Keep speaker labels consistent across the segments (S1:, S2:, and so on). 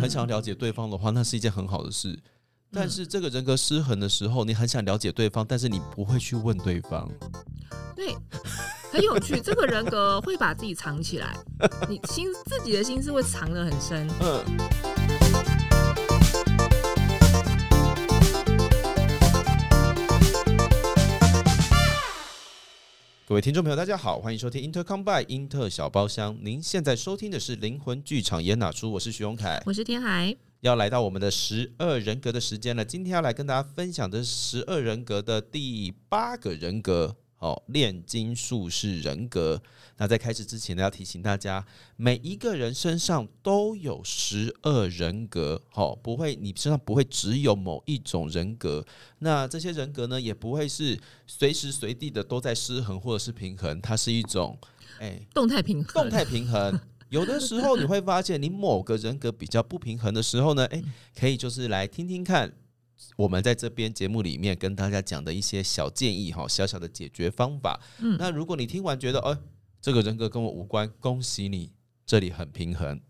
S1: 很想了解对方的话，那是一件很好的事。但是这个人格失衡的时候，你很想了解对方，但是你不会去问对方。
S2: 对，很有趣。这个人格会把自己藏起来，你心自己的心思会藏得很深。
S1: 嗯，各位听众朋友，大家好，欢迎收听 Intercom by 英特小包厢。您现在收听的是灵魂剧场演哪出？我是徐荣凯。
S2: 我是天海，
S1: 要来到我们的十二人格的时间了。今天要来跟大家分享的十二人格的第八个人格，哦，炼金术士人格。那在开始之前呢，要提醒大家，每一个人身上都有十二人格，好、不会，你身上不会只有某一种人格。那这些人格呢，也不会是随时随地的都在失衡或者是平衡，它是一种，哎、
S2: 动态平衡，
S1: 动态平衡。有的时候你会发现，你某个人格比较不平衡的时候呢，诶，可以就是来听听看，我们在这边节目里面跟大家讲的一些小建议哈，小小的解决方法。
S2: 嗯
S1: 那如果你听完觉得，哎、这个人格跟我无关，恭喜你，这里很平衡。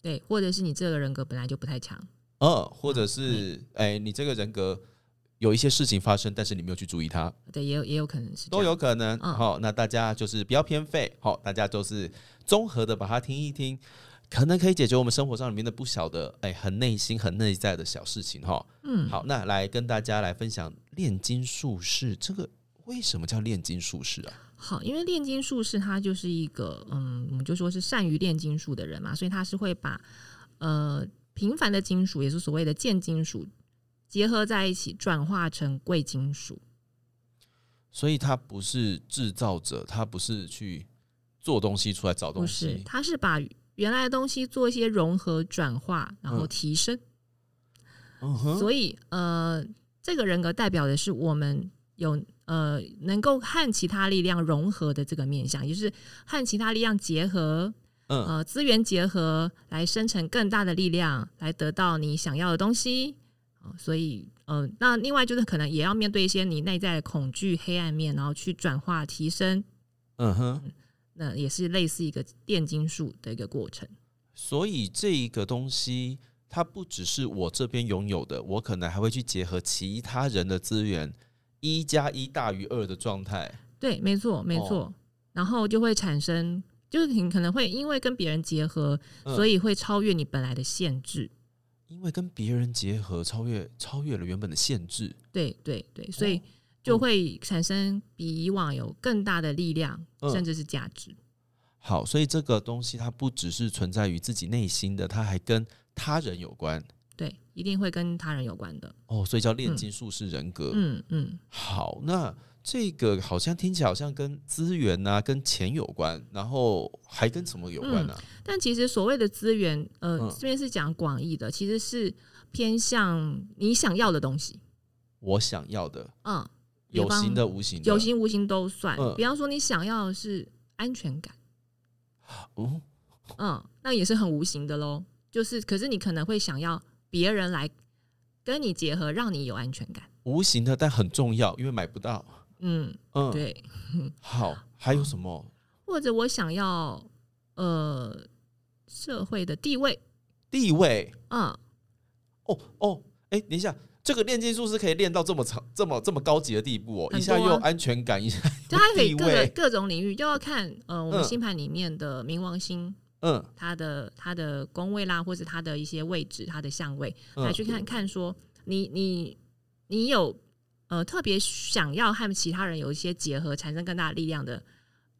S2: 对，或者是你这个人格本来就不太强，
S1: 嗯，或者是，哎、你这个人格有一些事情发生，但是你没有去注意它，
S2: 对，也有也有可能是这
S1: 都
S2: 样。
S1: 有可能。
S2: 嗯
S1: 好、那大家就是不要偏废，好、大家就是综合的把它听一听，可能可以解决我们生活上里面的不小的，哎、很内心、很内在的小事情。哈、
S2: 嗯，
S1: 好，那来跟大家来分享炼金术士这个为什么叫炼金术士啊？
S2: 好，因为炼金术士他就是一个，嗯，我们就说是善于炼金术的人嘛，所以他是会把呃平凡的金属，也是所谓的贱金属，结合在一起转化成贵金属。
S1: 所以他不是制造者，他不是去做东西出来找
S2: 不
S1: 东
S2: 是，
S1: 西，
S2: 他是把原来的东西做一些融合、转化，然后
S1: 嗯
S2: 提升。
S1: 嗯哼，
S2: 所以呃，这个人格代表的是我们有呃能够和其他力量融合的这个面向，也就是和其他力量结合，
S1: 嗯
S2: 呃资源结合来生成更大的力量，来得到你想要的东西。哦所以，呃，那另外就是可能也要面对一些你内在的恐惧、黑暗面，然后去转化、提升，
S1: 嗯哼。
S2: 那也是类似一个炼金术的一个过程。
S1: 所以这一个东西，它不只是我这边拥有的，我可能还会去结合其他人的资源，一加一大于二的状态。
S2: 对，没错，没
S1: 哦
S2: 错。然后就会产生，就是你可能会因为跟别人结合，
S1: 嗯
S2: 所以会超越你本来的限制。
S1: 因为跟别人结合，超越超越了原本的限制。
S2: 对对对，所以
S1: 哦
S2: 就会产生比以往有更大的力量，
S1: 嗯
S2: 甚至是价值。
S1: 好，所以这个东西它不只是存在于自己内心的，它还跟他人有关。
S2: 对，一定会跟他人有关的。
S1: 哦，所以叫炼
S2: 嗯
S1: 金术士人格。
S2: 嗯嗯，
S1: 好，那这个好像听起来好像跟资源呐、跟钱有关，然后还跟什么有
S2: 嗯
S1: 关呢、啊
S2: 但其实所谓的资源，呃，
S1: 嗯
S2: 这边是讲广义的，其实是偏向你想要的东西。
S1: 我想要的，
S2: 嗯，比
S1: 有
S2: 方
S1: 形的、无形的，
S2: 有形无形都算。
S1: 嗯
S2: 比方说，你想要的是安全感。
S1: 哦，
S2: 嗯，那也是很无形的喽。就是，可是你可能会想要别人来跟你结合，让你有安全感。
S1: 无形的但很重要，因为买不到。
S2: 嗯，
S1: 嗯，
S2: 对。
S1: 好，还有什么
S2: 或者我想要呃社会的地位，
S1: 地位？
S2: 嗯，
S1: 哦哦，哎、等一下，这个炼金术是可以练到这么长、这么这么高级的地步哦，
S2: 很
S1: 一下又
S2: 多啊
S1: 有安全感，一下
S2: 就它可以
S1: 地
S2: 各个
S1: 位
S2: 各种领域，就要看呃我们
S1: 嗯
S2: 星盘里面的冥王星。
S1: 嗯
S2: 它的它的宫位啦，或者它的一些位置、它的相位，
S1: 嗯
S2: 来去看看说你你你有呃特别想要和其他人有一些结合，产生更大的力量的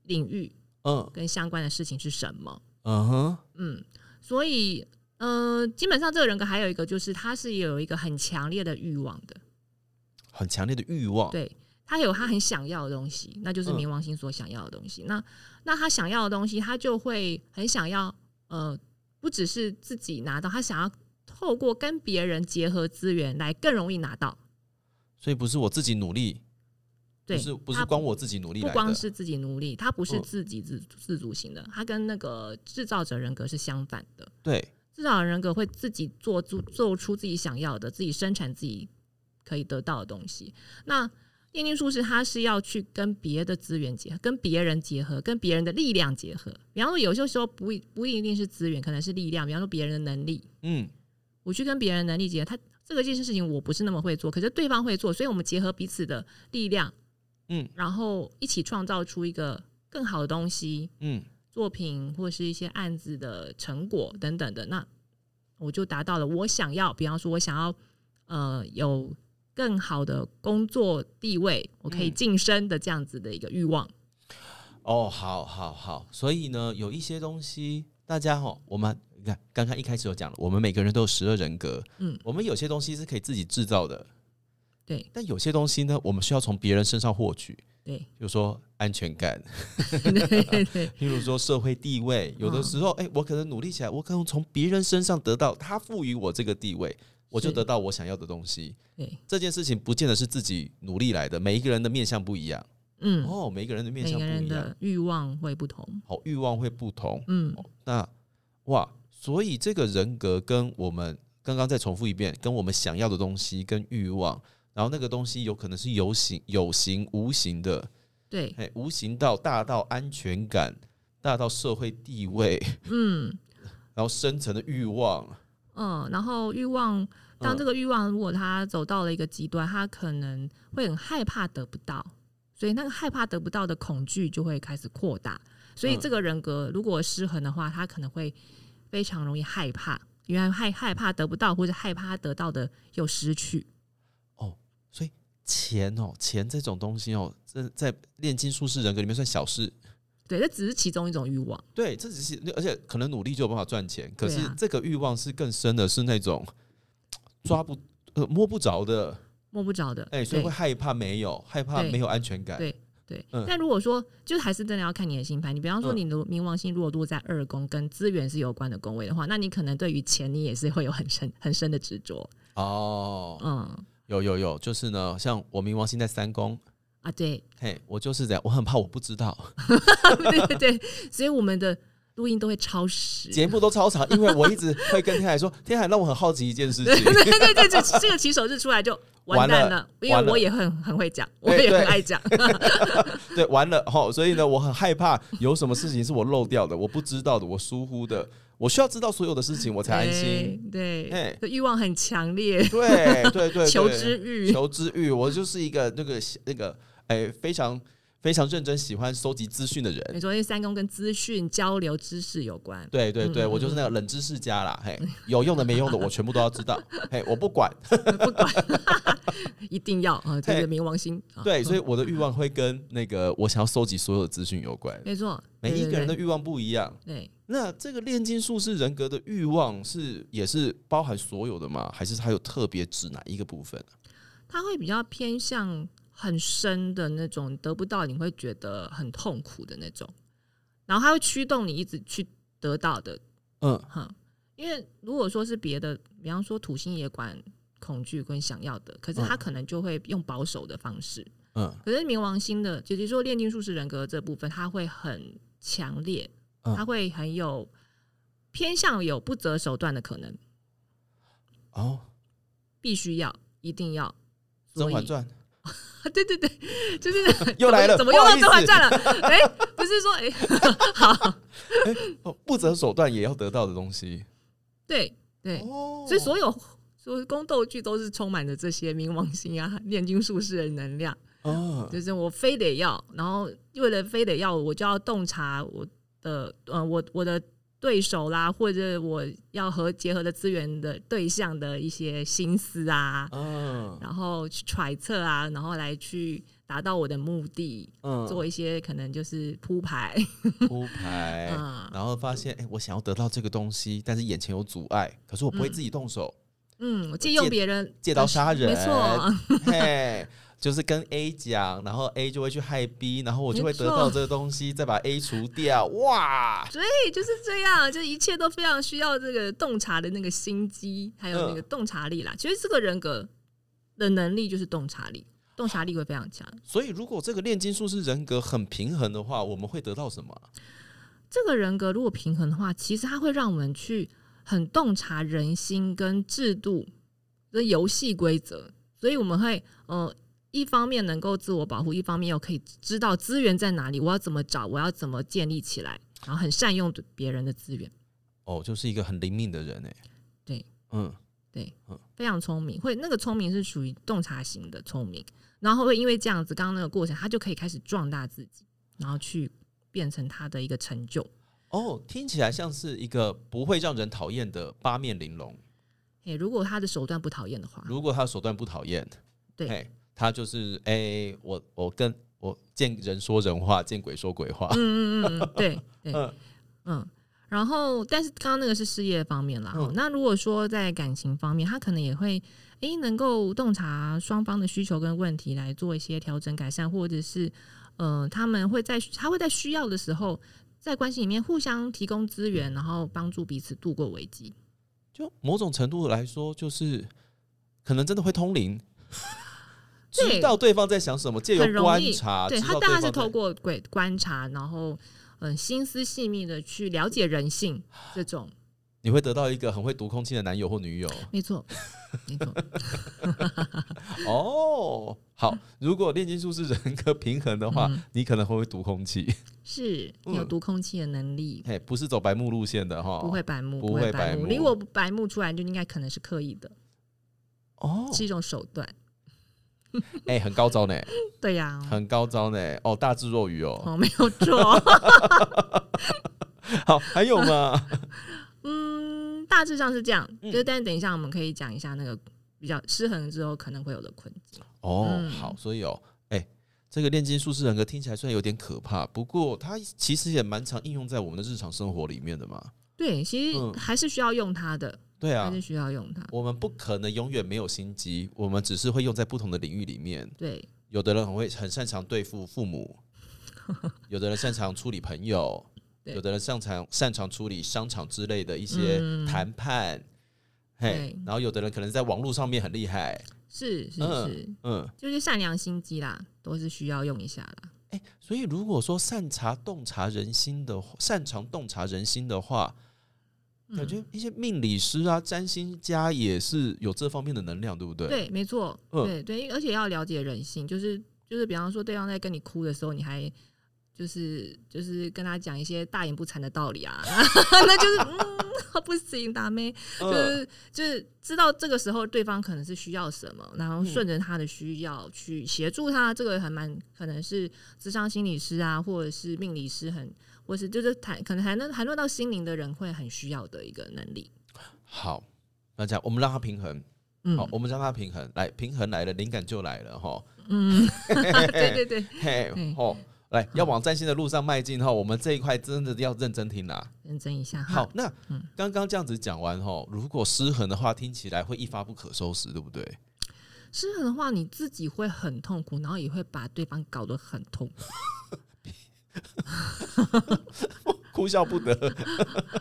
S2: 领域，
S1: 嗯
S2: 跟相关的事情是什么。
S1: 嗯哼，
S2: 嗯，所以呃，基本上这个人格还有一个就是他是有一个很强烈的欲望的，
S1: 很强烈的欲望。
S2: 对他有他很想要的东西，那就是
S1: 嗯
S2: 冥王星所想要的东西。那那他想要的东西，他就会很想要呃，不只是自己拿到，他想要透过跟别人结合资源来更容易拿到。
S1: 所以不是我自己努力，
S2: 对，
S1: 不是不
S2: 他
S1: 是光我自己努力来
S2: 不
S1: 的，
S2: 光是自己奴隶，他不是
S1: 嗯
S2: 自己自自主型的，他跟那个制造者人格是相反的。
S1: 对
S2: 至少人格会自己做做做出自己想要的，自己生产自己可以得到的东西。那炼金术士他是要去跟别的资源结合，跟别人结合，跟别人的力量结合。比方说，有些时候不一不一定是资源，可能是力量。比方说别人的能力，
S1: 嗯
S2: 我去跟别人能力结合，他这个这件事情我不是那么会做，可是对方会做，所以我们结合彼此的力量，
S1: 嗯，
S2: 然后一起创造出一个更好的东西，
S1: 嗯，
S2: 作品或是一些案子的成果等等的，那我就达到了我想要，比方说我想要呃有更好的工作地位，我可以
S1: 嗯
S2: 晋升的这样子的一个欲望。
S1: 哦，好好好，所以呢，有一些东西，大家哈，我们你看，刚刚一开始有讲了，我们每个人都有十二人格，
S2: 嗯，
S1: 我们有些东西是可以自己制造的，
S2: 对
S1: 但有些东西呢，我们需要从别人身上获取，
S2: 对
S1: 比 如说安全感，
S2: 对对对
S1: 譬如说社会地位，有的
S2: 嗯
S1: 时候，哎、我可能努力起来，我可能从别人身上得到他赋予我这个地位，我就是得到我想要的东西。
S2: 对，
S1: 这件事情不见得是自己努力来的，每一个人的面向不一样、
S2: 嗯，
S1: 哦，每一个人的面
S2: 每
S1: 向
S2: 个
S1: 不
S2: 人
S1: 一样，
S2: 的欲望会不同。
S1: 好、欲望会不同。
S2: 嗯，
S1: 哦那哇，所以这个人格跟我们刚刚再重复一遍，跟我们想要的东西跟欲望，然后那个东西有可能是有形、有形、无形的，
S2: 对，
S1: 哎，无形到大到安全感，大到社会地位，
S2: 嗯
S1: 然后深层的欲望，
S2: 嗯，然后欲望，
S1: 嗯
S2: 当这个欲望如果他走到了一个极端，他可能会很害怕得不到，所以那个害怕得不到的恐惧就会开始扩大。所以
S1: 嗯
S2: 这个人格如果失衡的话，他可能会非常容易害怕，因为害害怕得不到，或者害怕得到的又失去。
S1: 哦所以钱哦，钱这种东西哦，这在炼金术士人格里面算小事。
S2: 对，这只是其中一种欲望。
S1: 对，这只是，而且可能努力就有办法赚钱，可
S2: 对
S1: 是
S2: 啊
S1: 这个欲望是更深的，是那种抓不呃摸不着的，
S2: 摸不着的，
S1: 哎、所以
S2: 对
S1: 会害怕没有，害怕
S2: 对
S1: 没有安全感。
S2: 对对，
S1: 嗯
S2: 但如果说就还是真的要看你的星盘，你比方说
S1: 嗯
S2: 你的冥王星如果落在二宫跟资源是有关的宫位的话，那你可能对于钱你也是会有很深很深的执着。
S1: 哦，
S2: 嗯
S1: 有有有，就是呢，像我冥王星在三宫，
S2: 啊，对
S1: 嘿，我就是这样，我很怕我不知道，
S2: 对对对，所以我们的录音都会超时。
S1: 节目都超长，因为我一直会跟天海说，天海让我很好奇一件事情，
S2: 对对对，这这个起手日出来就完
S1: 完
S2: 蛋
S1: 了
S2: 了，因
S1: 完
S2: 为
S1: 了
S2: 我也很很会讲，我
S1: 对
S2: 也
S1: 对
S2: 很 爱讲。
S1: 对，完了哈，所以呢，我很害怕有什么事情是我漏掉的，我不知道的，我疏忽的，我需要知道所有的事情，我才安心。
S2: 对，
S1: 哎
S2: 对，这欲望很强烈，
S1: 对对对对，
S2: 求知欲。
S1: 求知欲，我就是一个那个那个，哎，非常非常认真喜欢收集资讯的人。
S2: 你说那三宫跟资讯交流知识有关，
S1: 对对对，
S2: 嗯嗯
S1: 我就是那个冷知识家啦，嘿，有用的没用的我全部都要知道，嘿，我不管，
S2: 不管，一定要啊，这
S1: 对
S2: 个冥王星。啊
S1: 对，所以
S2: 嗯
S1: 我的欲望会跟那个我想要收集所有的资讯有关，
S2: 没错，
S1: 每一个人的
S2: 对
S1: 欲望不一样。
S2: 对对
S1: 那这个炼金术士人格的欲望是也是包含所有的吗？还是它有特别指哪一个部分？啊
S2: 他会比较偏向很深的那种，得不到你会觉得很痛苦的那种，然后他会驱动你一直去得到的，
S1: 嗯，
S2: 哈。因为如果说是别的，比方说土星也管恐惧跟想要的，可是他可能就会用保守的方式。
S1: 嗯
S2: 可是冥王星的，也就是说炼金术士人格这部分，他会很强烈，
S1: 嗯
S2: 他会很有偏向有不择手段的可能，
S1: 哦，
S2: 必须要，一定要。
S1: 《甄
S2: 所
S1: 嬛
S2: 以
S1: 传
S2: 啊，对对对，就是
S1: 又来了
S2: 怎么又
S1: 不
S2: 到
S1: 好
S2: 《
S1: 意
S2: 甄嬛
S1: 思
S2: 传》了？哎，不是说哎，好，》
S1: 哦，不择手段也要得到的东西
S2: 对对，
S1: 哦
S2: 所以所有所有宫斗剧都是充满着这些冥王星啊、炼金术士的能量，
S1: 嗯
S2: 就是我非得要，然后为了非得要，我就要洞察我的呃，我我的对手啦，或者我要和结合的资源的对象的一些心思啊，
S1: 嗯
S2: 然后去揣测啊，然后来去达到我的目的。
S1: 嗯，
S2: 做一些可能就是铺排，
S1: 铺排
S2: 嗯
S1: 然后发现，哎、我想要得到这个东西，但是眼前有阻碍，可是我不会自己动手，
S2: 嗯，我借用
S1: 呃借
S2: 别人呃
S1: 借刀杀人，
S2: 没 错，
S1: 嘿，就是跟 A 讲，然后 A 就会去害 B，然后我就会得到这个东西，再把 A 除掉，哇，
S2: 所以就是这样，就是一切都非常需要这个洞察的那个心机，还有
S1: 嗯
S2: 那个洞察力啦。其实这个人格的能力就是洞察力，洞察力会非常强。
S1: 所以如果这个炼金术士人格很平衡的话，我们会得到什么啊？
S2: 这个人格如果平衡的话，其实它会让我们去很洞察人心跟制度跟游戏规则，所以我们会呃一方面能够自我保护，一方面又可以知道资源在哪里，我要怎么找，我要怎么建立起来，然后很善用别人的资源。
S1: 哦，就是一个很灵敏的人哎、
S2: 对，
S1: 嗯，
S2: 对
S1: 嗯，
S2: 非常聪明，会那个聪明是属于洞察型的聪明，然后会因为这样子，刚刚那个过程，他就可以开始壮大自己，然后去变成他的一个成就。
S1: 哦，听起来像是一个不会让人讨厌的八面玲珑。
S2: 诶，如果他的手段不讨厌的话，
S1: 如果他的手段不讨厌，
S2: 对
S1: 嘿，他就是哎、我我跟我见人说人话，见鬼说鬼话。
S2: 嗯嗯嗯，嗯，对对
S1: 嗯，
S2: 嗯。然后，但是刚刚那个是事业方面啦。
S1: 嗯
S2: 那如果说在感情方面，他可能也会诶能够洞察双方的需求跟问题来做一些调整改善，或者是呃他们会在他会在需要的时候，在关系里面互相提供资源，然后帮助彼此度过危机。
S1: 就某种程度来说，就是可能真的会通 灵，
S2: 对
S1: 知道对方在想什么，借
S2: 很
S1: 由
S2: 容
S1: 观
S2: 易
S1: 察，
S2: 对
S1: 知
S2: 他
S1: 道
S2: 当然
S1: 方
S2: 是透
S1: 在
S2: 过鬼观察，然后嗯、呃心思细密的去了解人性这种，
S1: 你会得到一个很会读空气的男友或 女友。
S2: 没错，没错。
S1: 哦，好，如果炼金术是人格平衡的话，
S2: 嗯
S1: 你可能会读空气，
S2: 是你有
S1: 嗯
S2: 读空气的能力，
S1: 嘿，不是走白目路线的哈。
S2: 不会白目，
S1: 不
S2: 不
S1: 会白
S2: 白目。
S1: 目
S2: 如果白目出来，就应该可能是刻意的，
S1: 哦，
S2: 是一种手段。
S1: 哎、很高招呢，
S2: 对呀、
S1: 很高招呢。哦，大智若愚哦。
S2: 哦，没有错。
S1: 好，还有吗？
S2: 嗯，大致上是这样。
S1: 嗯
S2: 就是，但是等一下我们可以讲一下那个比较失衡之后可能会有的困境。
S1: 哦，
S2: 嗯
S1: 好，所以哦，哎、这个炼金术士人格听起来虽然有点可怕，不过它其实也蛮常应用在我们的日常生活里面的嘛。
S2: 对，其实
S1: 嗯
S2: 还是需要用它的，
S1: 对啊
S2: 还是，需要用它。
S1: 我们不可能永远没有心机，我们只是会用在不同的领域里面。
S2: 对，
S1: 有的人很会很擅长对付父母，有的人擅长处理朋友，
S2: 对
S1: 有的人擅长擅长处理商场之类的一些
S2: 嗯
S1: 谈判。嘿
S2: 对，
S1: 然后有的人可能在网络上面很厉害，
S2: 是是
S1: 嗯
S2: 是，
S1: 嗯，
S2: 就是善良心机啦，都是需要用一下啦。
S1: 哎、所以如果说擅长洞察人心的，擅长洞察人心的话，
S2: 嗯
S1: 感觉一些命理师啊、占星家也是有这方面的能量，对不对？，
S2: 对，没错，
S1: 嗯
S2: 对对，因为而且要了解人性，就是就是，比方说对方在跟你哭的时候，你还就是就是跟他讲一些大言不惭的道理啊， 那就是嗯， 不行，大妹，就
S1: 嗯、
S2: 是就是知道这个时候对方可能是需要什么，然后
S1: 嗯
S2: 顺着他的需要去协助他，这个还蛮可能是智商心理师啊，或者是命理师很，或是就是谈可能谈论谈论到心灵的人会很需要的一个能 力。
S1: 好，那这样我们让它平衡，
S2: 嗯
S1: 好，我们让它平衡，来，平衡来了，灵感就来了哈。
S2: 嗯，对对对，
S1: 嘿
S2: 对，
S1: 哦，来，要往占星的路上迈进哈，我们这一块真的要认真听啦。
S2: 认真一下哈。
S1: 好，那
S2: 嗯
S1: 刚刚这样子讲完哈，如果失衡的话，听起来会一发不可收拾，对不对？
S2: 失衡的话，你自己会很痛苦，然后也会把对方搞得很痛苦。
S1: 哭笑不得。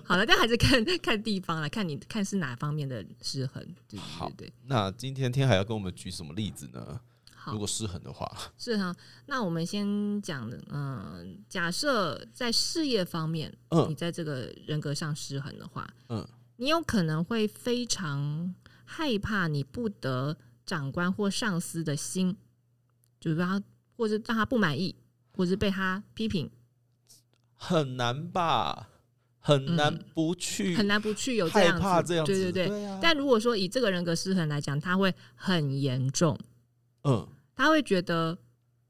S2: 好了，但还是看 看地方了，看你看是哪方面的失衡。对
S1: 好
S2: 对对对，
S1: 那今天天海要跟我们举什么例子呢？
S2: 好
S1: 如果失衡的话，
S2: 是哈。那我们先讲的，嗯、假设在事业方面，你
S1: 嗯
S2: 在这个人格上失衡的话，
S1: 嗯，
S2: 你有可能会非常害怕你不得长官或上司的心，就是让他或是让他不满意，或是被他批评，
S1: 很难吧，很难
S2: 嗯
S1: 不去
S2: 很难不去有这
S1: 害
S2: 样
S1: 怕
S2: 子
S1: 这样子，
S2: 对对对。
S1: 啊，
S2: 但如果说以这个人格失衡来讲，他会很严重，
S1: 嗯
S2: 他会觉得，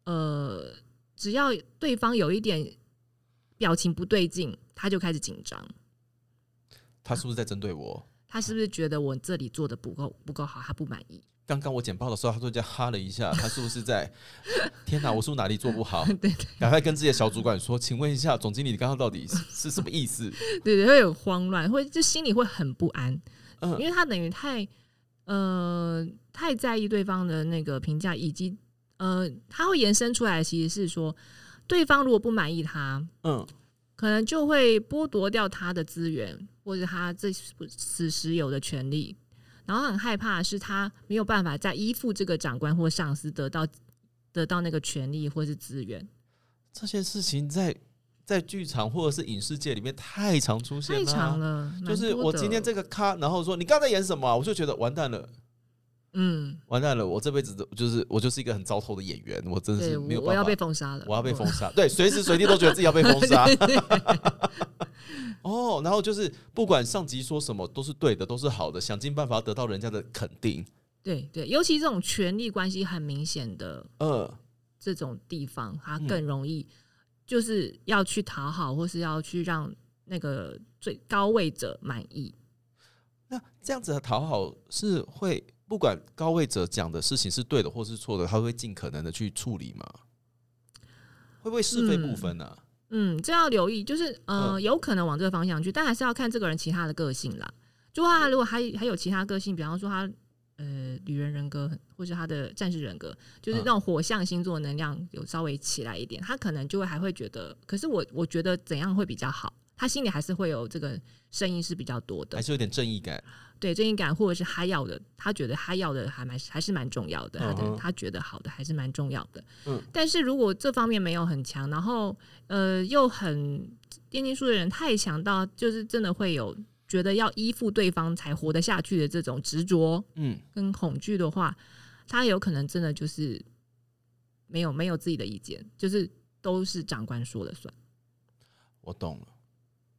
S2: 呃，只要对方有一点表情不对劲，他就开始紧张。
S1: 他是不是在针对我？
S2: 他是不是觉得我这里做的不够不够好，他不满意？
S1: 刚刚我简报的时候，他突然间哈了一下，他是不是在？天哪，我是不是哪里做不好？
S2: 对
S1: 赶快跟自己的小主管说，请问一下，总经理你刚刚到底是是什么意思？
S2: 对对，会有慌乱，会就心里会很不安，
S1: 嗯
S2: 因为他等于太呃太在意对方的那个评价，以及呃，他会延伸出来，其实是说，对方如果不满意他，
S1: 嗯，
S2: 可能就会剥夺掉他的资源或者他这此时有的权利，然后很害怕的是他没有办法再依附这个长官或上司得到得到那个权利或是资源，
S1: 这件事情在在剧场或者是影视界里面太常出现
S2: 太
S1: 了、
S2: 长了，
S1: 就
S2: 蛮
S1: 是
S2: 多
S1: 我
S2: 的
S1: 今天这个咖，然后说你刚才演什么啊、我就觉得完蛋了，
S2: 嗯，
S1: 完蛋了，我这辈子都就是我就是一个很糟透的演员，我真的
S2: 对
S1: 是没有
S2: 我我
S1: 办法，
S2: 要被封杀了，
S1: 我要被封杀，对，随时随地都觉得自己要被封杀， 哦，然后就是不管上级说什么都是对的，都是好的，想尽办法得到人家的肯定。
S2: 对对，尤其这种权力关系很明显的
S1: 呃，
S2: 这种地方，它
S1: 嗯
S2: 更容易就是要去讨好，或是要去让那个最高位者满意。
S1: 那这样子的讨好是会不管高位者讲的事情是对的或是错的，他会尽可能的去处理吗？会不会是非不分呢、啊？
S2: 嗯，这要留意，就是呃，
S1: 嗯
S2: 有可能往这个方向去，但还是要看这个人其他的个性啦。就他如果还还有其他个性，比方说他呃女人人格很，或是他的战士人格，就是
S1: 嗯
S2: 那种火象星座能量有稍微起来一点，他可能就会还会觉得，可是我我觉得怎样会比较好，他心里还是会有这个声音是比较多的
S1: 还。是有点正义感？
S2: 对正义感，或者是他要的，他觉得他要的还蛮还是蛮重要的，他的、
S1: 嗯哼
S2: 他觉得好的还是蛮重要的。
S1: 嗯，
S2: 但是如果这方面没有很强，然后呃又很炼金术的人太强到，就是真的会有觉得要依附对方才活得下去的这种执着
S1: 嗯，
S2: 跟恐惧的话，他有可能真的就是没有没有自己的意见，就是都是长官说了算。
S1: 我懂了。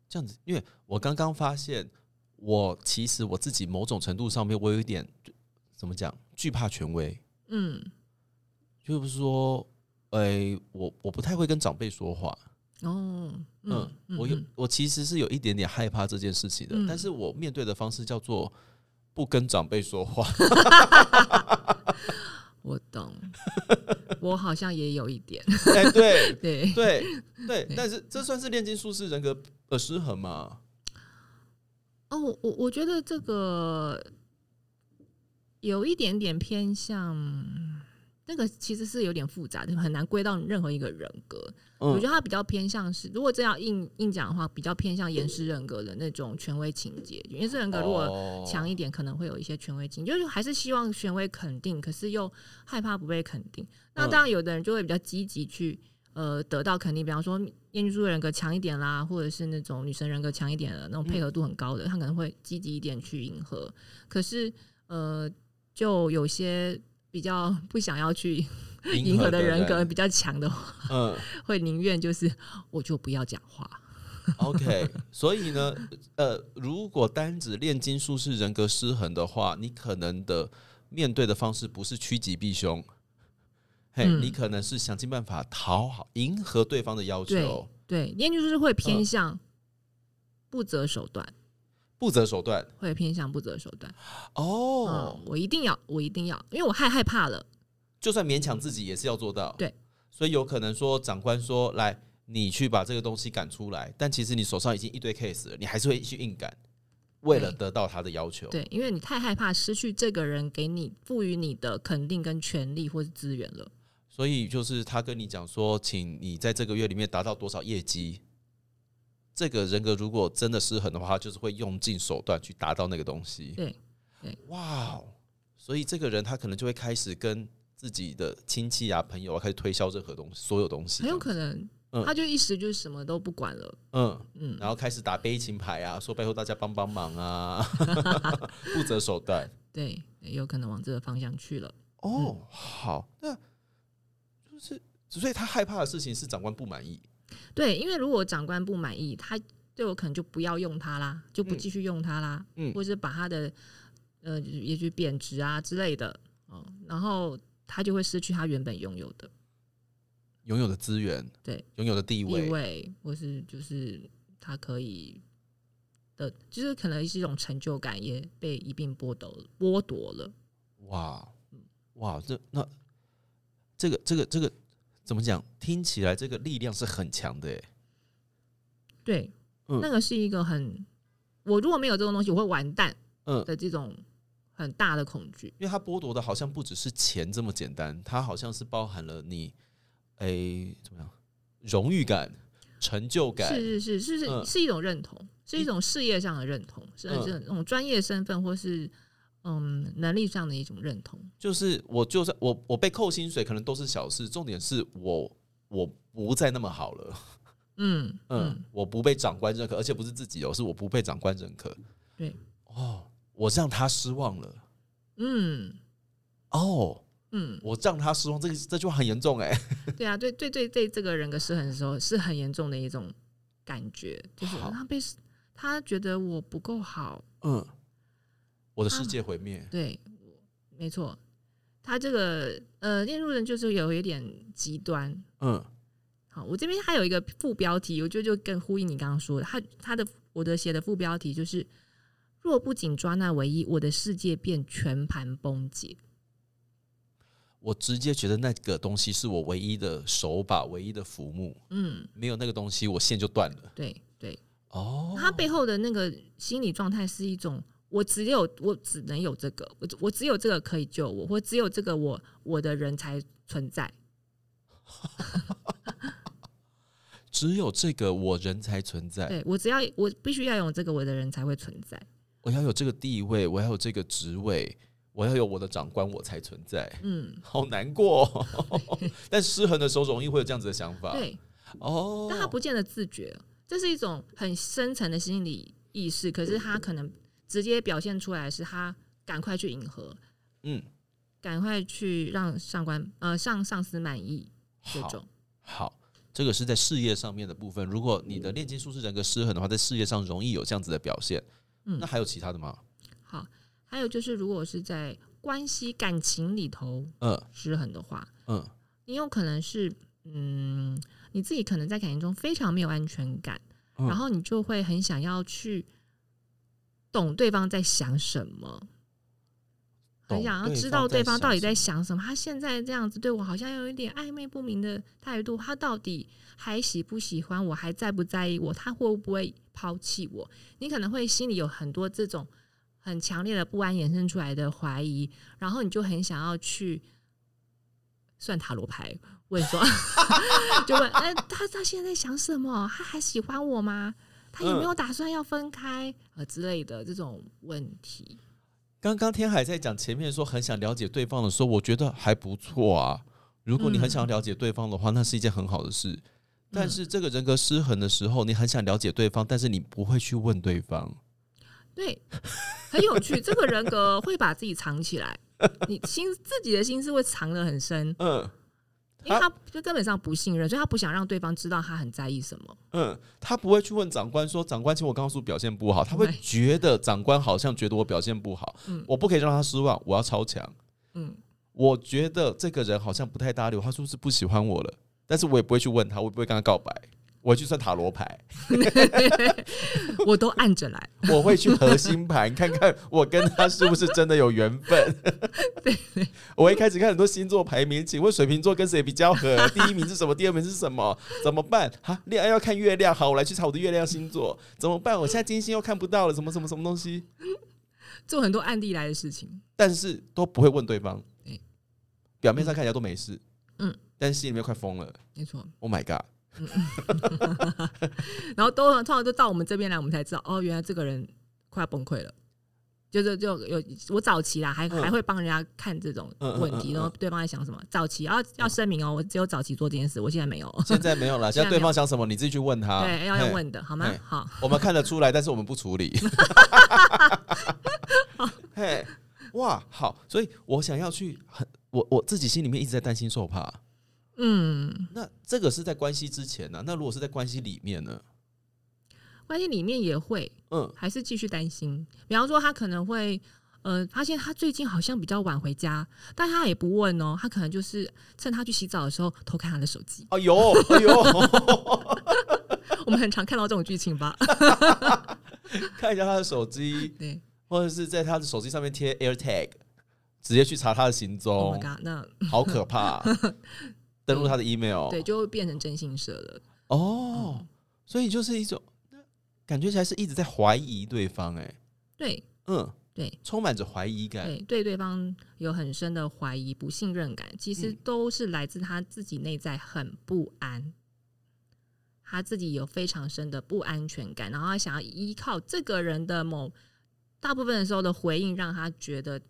S1: 这样子，因为我刚刚发现，我其实我自己某种程度上面，我有一点怎么讲，惧怕权威，
S2: 嗯，
S1: 就是说，哎、我我不太会跟长辈说话。
S2: 哦，
S1: 嗯，我有
S2: 嗯
S1: 我其实是有一点点害怕这件事情的，
S2: 嗯
S1: 但是我面对的方式叫做不跟长辈说 话。
S2: 我懂， 我好像也有一点。
S1: 哎、对对
S2: 对，
S1: 对
S2: 对，
S1: 但是这算是炼金术士人格呃失衡嘛？
S2: 哦，我我我觉得这个有一点点偏向，那个其实是有点复杂的，很难归到任何一个人格。我觉
S1: 嗯，
S2: 得它比较偏向是，如果真要硬硬讲的话，比较偏向严师人格的那种权威情节。严师人格如果
S1: 哦
S2: 强一点，可能会有一些权威情节，就是还是希望权威肯定，可是又害怕不被肯定。那
S1: 嗯
S2: 当然，有的人就会比较积极去。呃，得到肯定，比方说厌女术人格强一点啦，或者是那种女神人格强一点的那种配合度很高的，他可能会积极一点去迎合。可是，呃，就有些比较 不想要去迎合的人格，比较强的话
S1: 嗯
S2: 会宁愿就是我就不要讲话。
S1: ，OK。所以呢，呃，如果单指炼金术士人格失衡的话，你可能的面对的方式不是趋吉避凶，嘿，
S2: 嗯
S1: 你可能是想尽办法讨好、迎合对方的要求，
S2: 对，因为就是会偏
S1: 嗯
S2: 向不择手段，
S1: 不择手段。
S2: 会偏向不择手段。
S1: 哦
S2: 嗯，，我一定要，我一定要，因为我害害怕了。
S1: 就算勉强自己也是要做到。
S2: 对，
S1: 所以有可能说长官说来，你去把这个东西赶出来，但其实你手上已经一堆 case 了，你还是会去硬赶，为了
S2: 对
S1: 得到他的要求。
S2: 对，因为你太害怕失去这个人给你赋予你的肯定跟权利或是资源了。
S1: 所以就是他跟你讲说，请你在这个月里面达到多少业绩。这个人格如果真的失衡的话，他就是会用尽手段去达到那个东西。
S2: 对对，
S1: 哇哦！所以这个人他可能就会开始跟自己的亲戚啊、朋友啊开始推销任何东西，所有东西。
S2: 很有可能
S1: 嗯
S2: 他就一时就是什么都不管了。
S1: 嗯，
S2: 嗯，
S1: 然后开始打悲情牌啊，说拜托大家帮帮忙啊， 不择手段。
S2: 对，有可能往这个方向去了。
S1: 哦，好，那就是所以他害怕的事情是长官不满意。
S2: 对，因为如果长官不满意，他对我可能就不要用他啦，就不
S1: 嗯
S2: 继续用他啦，
S1: 嗯
S2: 或者是把他的呃，也许贬值啊之类的，哦，然后他就会失去他原本拥有的
S1: 拥有的资源，
S2: 对，
S1: 拥有的地
S2: 地
S1: 位，
S2: 位，或是就是他可以的，就是可能是一种成就感也被一并剥夺了剥夺了。
S1: 哇，哇，这那这个这个这个怎么讲？听起来这个力量是很强的，哎，
S2: 对，
S1: 嗯
S2: 那个是一个很，我如果没有这种东西，我会完蛋
S1: 嗯，
S2: 的这种很大的恐惧。
S1: 因为他剥夺的好像不只是钱这么简单，它好像是包含了你，哎、怎么样，荣誉感、成就感，
S2: 是是是是是
S1: 嗯
S2: 是一种认同，是一种事业上的认同，是
S1: 嗯
S2: 是那种专业身份或是嗯能力上的一种认同。
S1: 就是我就算我我被扣薪水可能都是小事，重点是我我不再那么好了，
S2: 嗯
S1: 嗯，
S2: 嗯，
S1: 我不被长官认可，而且不是自己哦，是我不被长官认可，
S2: 对，
S1: 哦，我让他失望了，
S2: 嗯
S1: 哦，
S2: 嗯，
S1: 我让他失望，这个这句话很严重哎，
S2: 对啊，对对对对，这个人格失衡的时候是很严重的一种感觉，就是
S1: 好
S2: 他被他觉得我不够好，
S1: 嗯，我的世界毁灭，
S2: 对，我没错，他这个呃恋路人就是有一点极端。
S1: 嗯
S2: 好，我这边还有一个副标题，我觉得就更呼应你刚刚说的，他他的我的写的副标题就是“若不紧抓那唯一，我的世界便全盘崩解
S1: 我直接觉得那个东西是我唯一的手把，唯一的浮木，”。
S2: 嗯，
S1: 没有那个东西，我线就断了。
S2: 对对，
S1: 哦，
S2: 他背后的那个心理状态是一种，我只有我只能有这个，我我只有这个可以救我，或只有这个我我的人才存在。
S1: 只有这个我人才存在，
S2: 对我只要我必须要有这个我的人才会存在。
S1: 我要有这个地位，我要有这个职位，我要有我的长官，我才存在。
S2: 嗯，
S1: 好难过、哦 但失衡的时候容易会有这样子的想法。
S2: 对，
S1: 哦，
S2: 但他不见得自觉，这是一种很深层的心理意识，可是他可能直接表现出来是他赶快去迎合，
S1: 嗯，
S2: 赶快去让上官呃上上司满意这
S1: 好
S2: 种。
S1: 好，这个是在事业上面的部分。如果你的炼金术是人格失衡的话，在事业上容易有这样子的表现。
S2: 嗯
S1: 那还有其他的吗？
S2: 好，还有就是如果是在关系感情里头
S1: 嗯
S2: 失衡的话，
S1: 嗯
S2: 你有可能是嗯，你自己可能在感情中非常没有安全感，
S1: 嗯
S2: 然后你就会很想要去懂对方在想什么，很
S1: 懂
S2: 想要
S1: 对方
S2: 知道
S1: 在
S2: 对方
S1: 想
S2: 到底在
S1: 什
S2: 想什么。他现在这样子对我好像有一点暧昧不明的态度，他到底还喜不喜欢我，还在不在意我，他会不会抛弃我？你可能会心里有很多这种很强烈的不安衍生出来的怀疑，然后你就很想要去算塔罗牌，问说， 就问，哎、他他现在在想什么？他还喜欢我吗？他有没有打算要分开、呃之类的这种问题？
S1: 刚刚天海在讲前面说很想了解对方的时候，我觉得还不错啊。如果你很想要了解对方的话，那是一件很好的事。但是这个人格失衡的时候，你很想了解对方，但是你不会去问对方。
S2: 对，很有趣。这个人格会把自己藏起来，你心自己的心思会藏得很深，
S1: 嗯
S2: 因为他就根本上不信任，所以他不想让对方知道他很在意什么。
S1: 嗯，他不会去问长官说：“长官，请我告诉表现不好。”他会
S2: 对
S1: 觉得长官好像觉得我表现不好，
S2: 嗯
S1: 我不可以让他失望，我要超强。
S2: 嗯，
S1: 我觉得这个人好像不太搭理我，他是不是不喜欢我了？但是我也不会去问他，我也不会跟他告白，我会去算塔罗牌。
S2: 我都按着来。
S1: 我会去核心盘看看我跟他是不是真的有缘 分。 我一开始看很多星座排名，请问水瓶座跟谁比较合？第一名是什么？第二名是什么？怎么办？哈，恋爱要看月亮，好，我来去查我的月亮星座，怎么办？我现在金星又看不到了，什么什么什么东西？
S2: 做很多暗地来的事情。
S1: 但是都不会问对方
S2: 对，
S1: 表面上看起来都没事，
S2: 嗯，
S1: 但是心里面快疯了
S2: 没错，
S1: ，Oh my god！
S2: 然后都通常都到我们这边来，我们才知道哦，原来这个人快要崩溃了。就是就有我早期啦，还、
S1: 嗯
S2: 还会帮人家看这种
S1: 嗯嗯
S2: 问
S1: 嗯
S2: 题，
S1: 嗯
S2: 然后对方在想什么。早期要要声明哦，我只有早期做这件事，我现在没有。
S1: 现在没有 了，现在
S2: 现在没有
S1: 对方想什么，你自己去问他。
S2: 对，要要
S1: 啊嘿
S2: 问的好吗
S1: 嘿？
S2: 好，
S1: 我们看得出来，但是我们不 处理。嘿，哇，好，所以我想要去很，我我自己心里面一直在担心受怕。
S2: 嗯。
S1: 那这个是在关系之前呢、啊那如果是在关系里面呢？
S2: 关系里面也会
S1: 嗯。
S2: 还是继续担心。比方说，他可能会呃发现他最近好像比较晚回家，但他也不问哦，他可能就是趁他去洗澡的时候偷看他的手机
S1: 哎呦，哎呦，
S2: 我们很常看到这种剧情吧？
S1: 看一下他的手机，
S2: 对
S1: 或者是在他的手机上面贴 AirTag，直接去查他的行
S2: ，Oh my
S1: 踪，
S2: god，那
S1: 好可怕、 登录他的 email，
S2: 对就会变成真心社了。
S1: 哦，所以就是一种感觉起来是一直在怀疑对方、哎，
S2: 对
S1: 嗯，
S2: 对
S1: 充满着怀疑感。
S2: 对，对对方有很深的怀疑、不信任感，其实
S1: 嗯
S2: 都是来自他自己内在很不安。他自己有非常深的不安全感，然后他想要依靠这个人的某大部分的时候的回应，让他觉得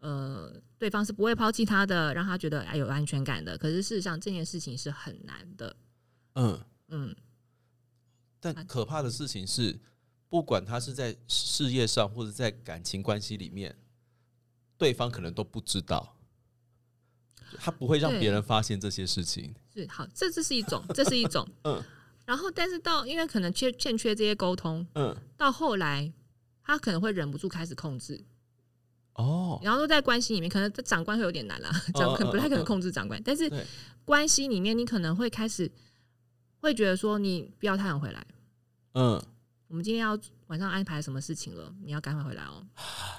S2: 呃对方是不会抛弃他的，让他觉得哎有安全感的。可是事实上这件事情是很难的，
S1: 嗯，
S2: 嗯，
S1: 但
S2: 啊
S1: 可怕的事情是，不管他是在事业上或者在感情关系里面，对方可能都不知道，他不会让
S2: 对
S1: 别人发现这些事情。
S2: 是好，这这是一种，这是一种，
S1: 嗯
S2: 然后，但是到因为可能缺欠缺这些沟通，
S1: 嗯，
S2: 到后来他可能会忍不住开始控制，
S1: 哦，嗯
S2: 然后都在关系里面，可能长官会有点难啦，长官不太可能控制长官，但是
S1: 对
S2: 关系里面你可能会开始会觉得说，你不要太晚回来，
S1: 嗯，
S2: 我们今天要晚上安排什么事情了，你要赶快回来哦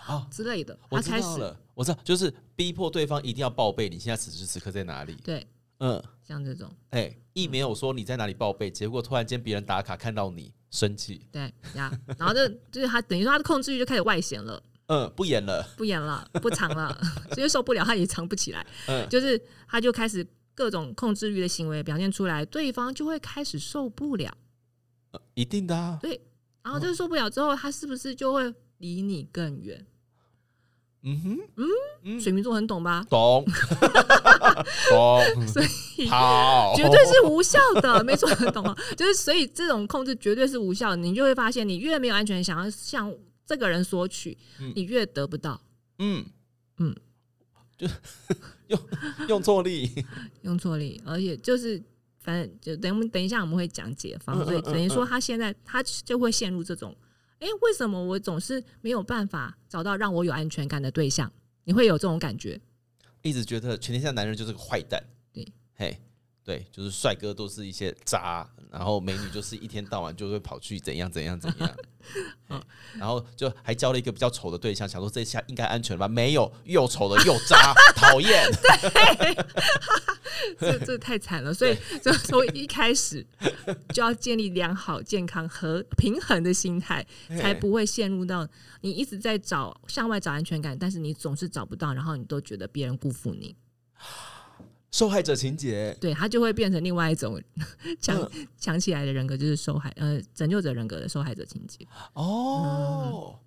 S1: 哦，
S2: 之类的。
S1: 我
S2: 他
S1: 知
S2: 开
S1: 道
S2: 始
S1: 了，我知道，就是逼迫对方一定要报备你现在此时此刻在哪里。
S2: 对
S1: 嗯，
S2: 像这种
S1: 哎、一没有说你在哪里报备，结果突然间别人打卡看到你生气，
S2: 对呀，然后就就是他等于说他的控制欲就开始外显了，
S1: 嗯，不演了，
S2: 不演了，不藏了， 所以受不了他也藏不起来，
S1: 嗯
S2: 就是他就开始各种控制欲的行为表现出来，对方就会开始受不了。
S1: 呃一定的啊，
S2: 然后这受不了之后，他是不是就会离你更远？
S1: 嗯哼，嗯
S2: 水瓶座很懂吧？
S1: 懂，懂，
S2: 所以
S1: 好，
S2: 绝对是无效的， 没错，很懂哦。就是所以这种控制绝对是无效的，你就会发现，你越没有安全，想要向这个人索取
S1: 嗯，
S2: 你越得不到。
S1: 嗯嗯
S2: 嗯，
S1: 就 用用错力，
S2: 用错力，而且就是反正就等我们等一下我们会讲解
S1: 嗯
S2: 方，
S1: 嗯
S2: 所以等于
S1: 嗯
S2: 说他现在他就会陷入这种，哎、为什么我总是没有办法找到让我有安全感的对象？你会有这种感觉，
S1: 一直觉得全天下男人就是个坏蛋，
S2: 对，
S1: 嘿。对，就是帅哥都是一些渣，然后美女就是一天到晚就会跑去怎样怎样怎 样，
S2: 嗯
S1: 嘿然后就还交了一个比较丑的对象，想说这下应该安全了吧？没有，又丑的又 渣，讨厌。
S2: 这这太惨了。所以，所以从一开始就要建立良好、健康和平衡的心态，才不会陷入到你一直在找向外找安全感，但是你总是找不到，然后你都觉得别人辜负你。
S1: 受害者情节，
S2: 对他就会变成另外一种强
S1: 嗯
S2: 强起来的人格，就是受害呃拯救者人格的受害者情节。
S1: 哦，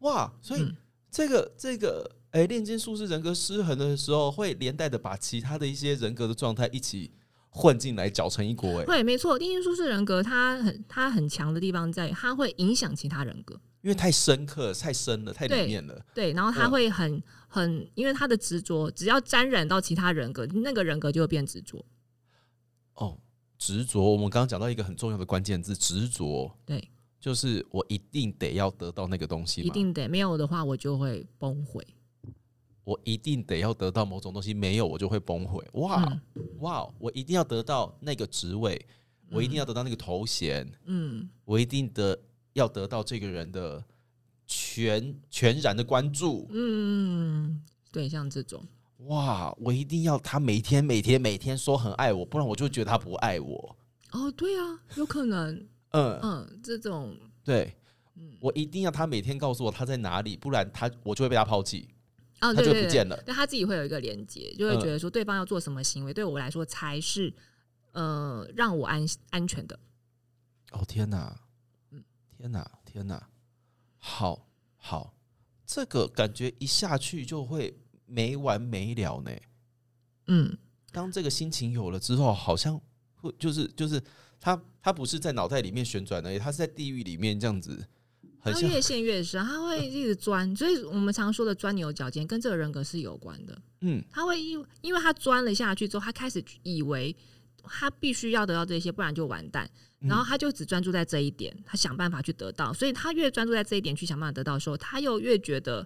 S1: 哇！所以
S2: 嗯
S1: 这个这个，哎、炼金术士人格失衡的时候，会连带的把其他的一些人格的状态一起混进来，搅成一锅。哎，
S2: 对，没错，定义舒适人格它很它很强的地方在于，它会影响其他人格。
S1: 因为太深刻、太深了、太里
S2: 对
S1: 面了。
S2: 对，然后他
S1: 嗯
S2: 会很很，因为他的执着，只要沾染到其他人格，那个人格就会变执着。
S1: 哦，执着，我们刚刚讲到一个很重要的关键字，执着。
S2: 对，
S1: 就是我一定得要得到那个东西嘛，
S2: 一定得没有的话，我就会崩溃。
S1: 我一定得要得到某种东西，没有我就会崩溃。哇、
S2: 嗯
S1: 哇，哦我一定要得到那个职位，我一定要得到那个头衔，
S2: 嗯，
S1: 我一定得要得到这个人的全全然的关注。
S2: 嗯，对，像这种，
S1: 哇，我一定要他每天每天每天说很爱我，不然我就觉得他不爱我。
S2: 哦，对啊，有可能，
S1: 嗯，
S2: 嗯，这种，
S1: 对，我一定要他每天告诉我他在哪里，不然他我就会被他抛弃，
S2: 哦，
S1: 他
S2: 对
S1: 就
S2: 对
S1: 不
S2: 对，
S1: 见了。嗯
S2: 但他自己会有一个连接，就会觉得说对方要做什么行为，对我来说才是呃让我安安全的。
S1: 哦天哪
S2: 嗯，
S1: 天哪，天哪！好好，这个感觉一下去就会没完没了呢。
S2: 嗯，
S1: 当这个心情有了之后，好像会就是就是他他不是在脑袋里面旋转而已，他是在地狱里面这样子，
S2: 他
S1: 很像
S2: 越陷越深，他会一直钻，所以我们常说的钻牛角尖跟这个人格是有关的。
S1: 嗯
S2: 他会因因为他钻了下去之后，他开始以为他必须要得到这些，不然就完蛋。
S1: 嗯
S2: 然后他就只专注在这一点，他想办法去得到。所以他越专注在这一点去想办法得到的时候，他又越觉得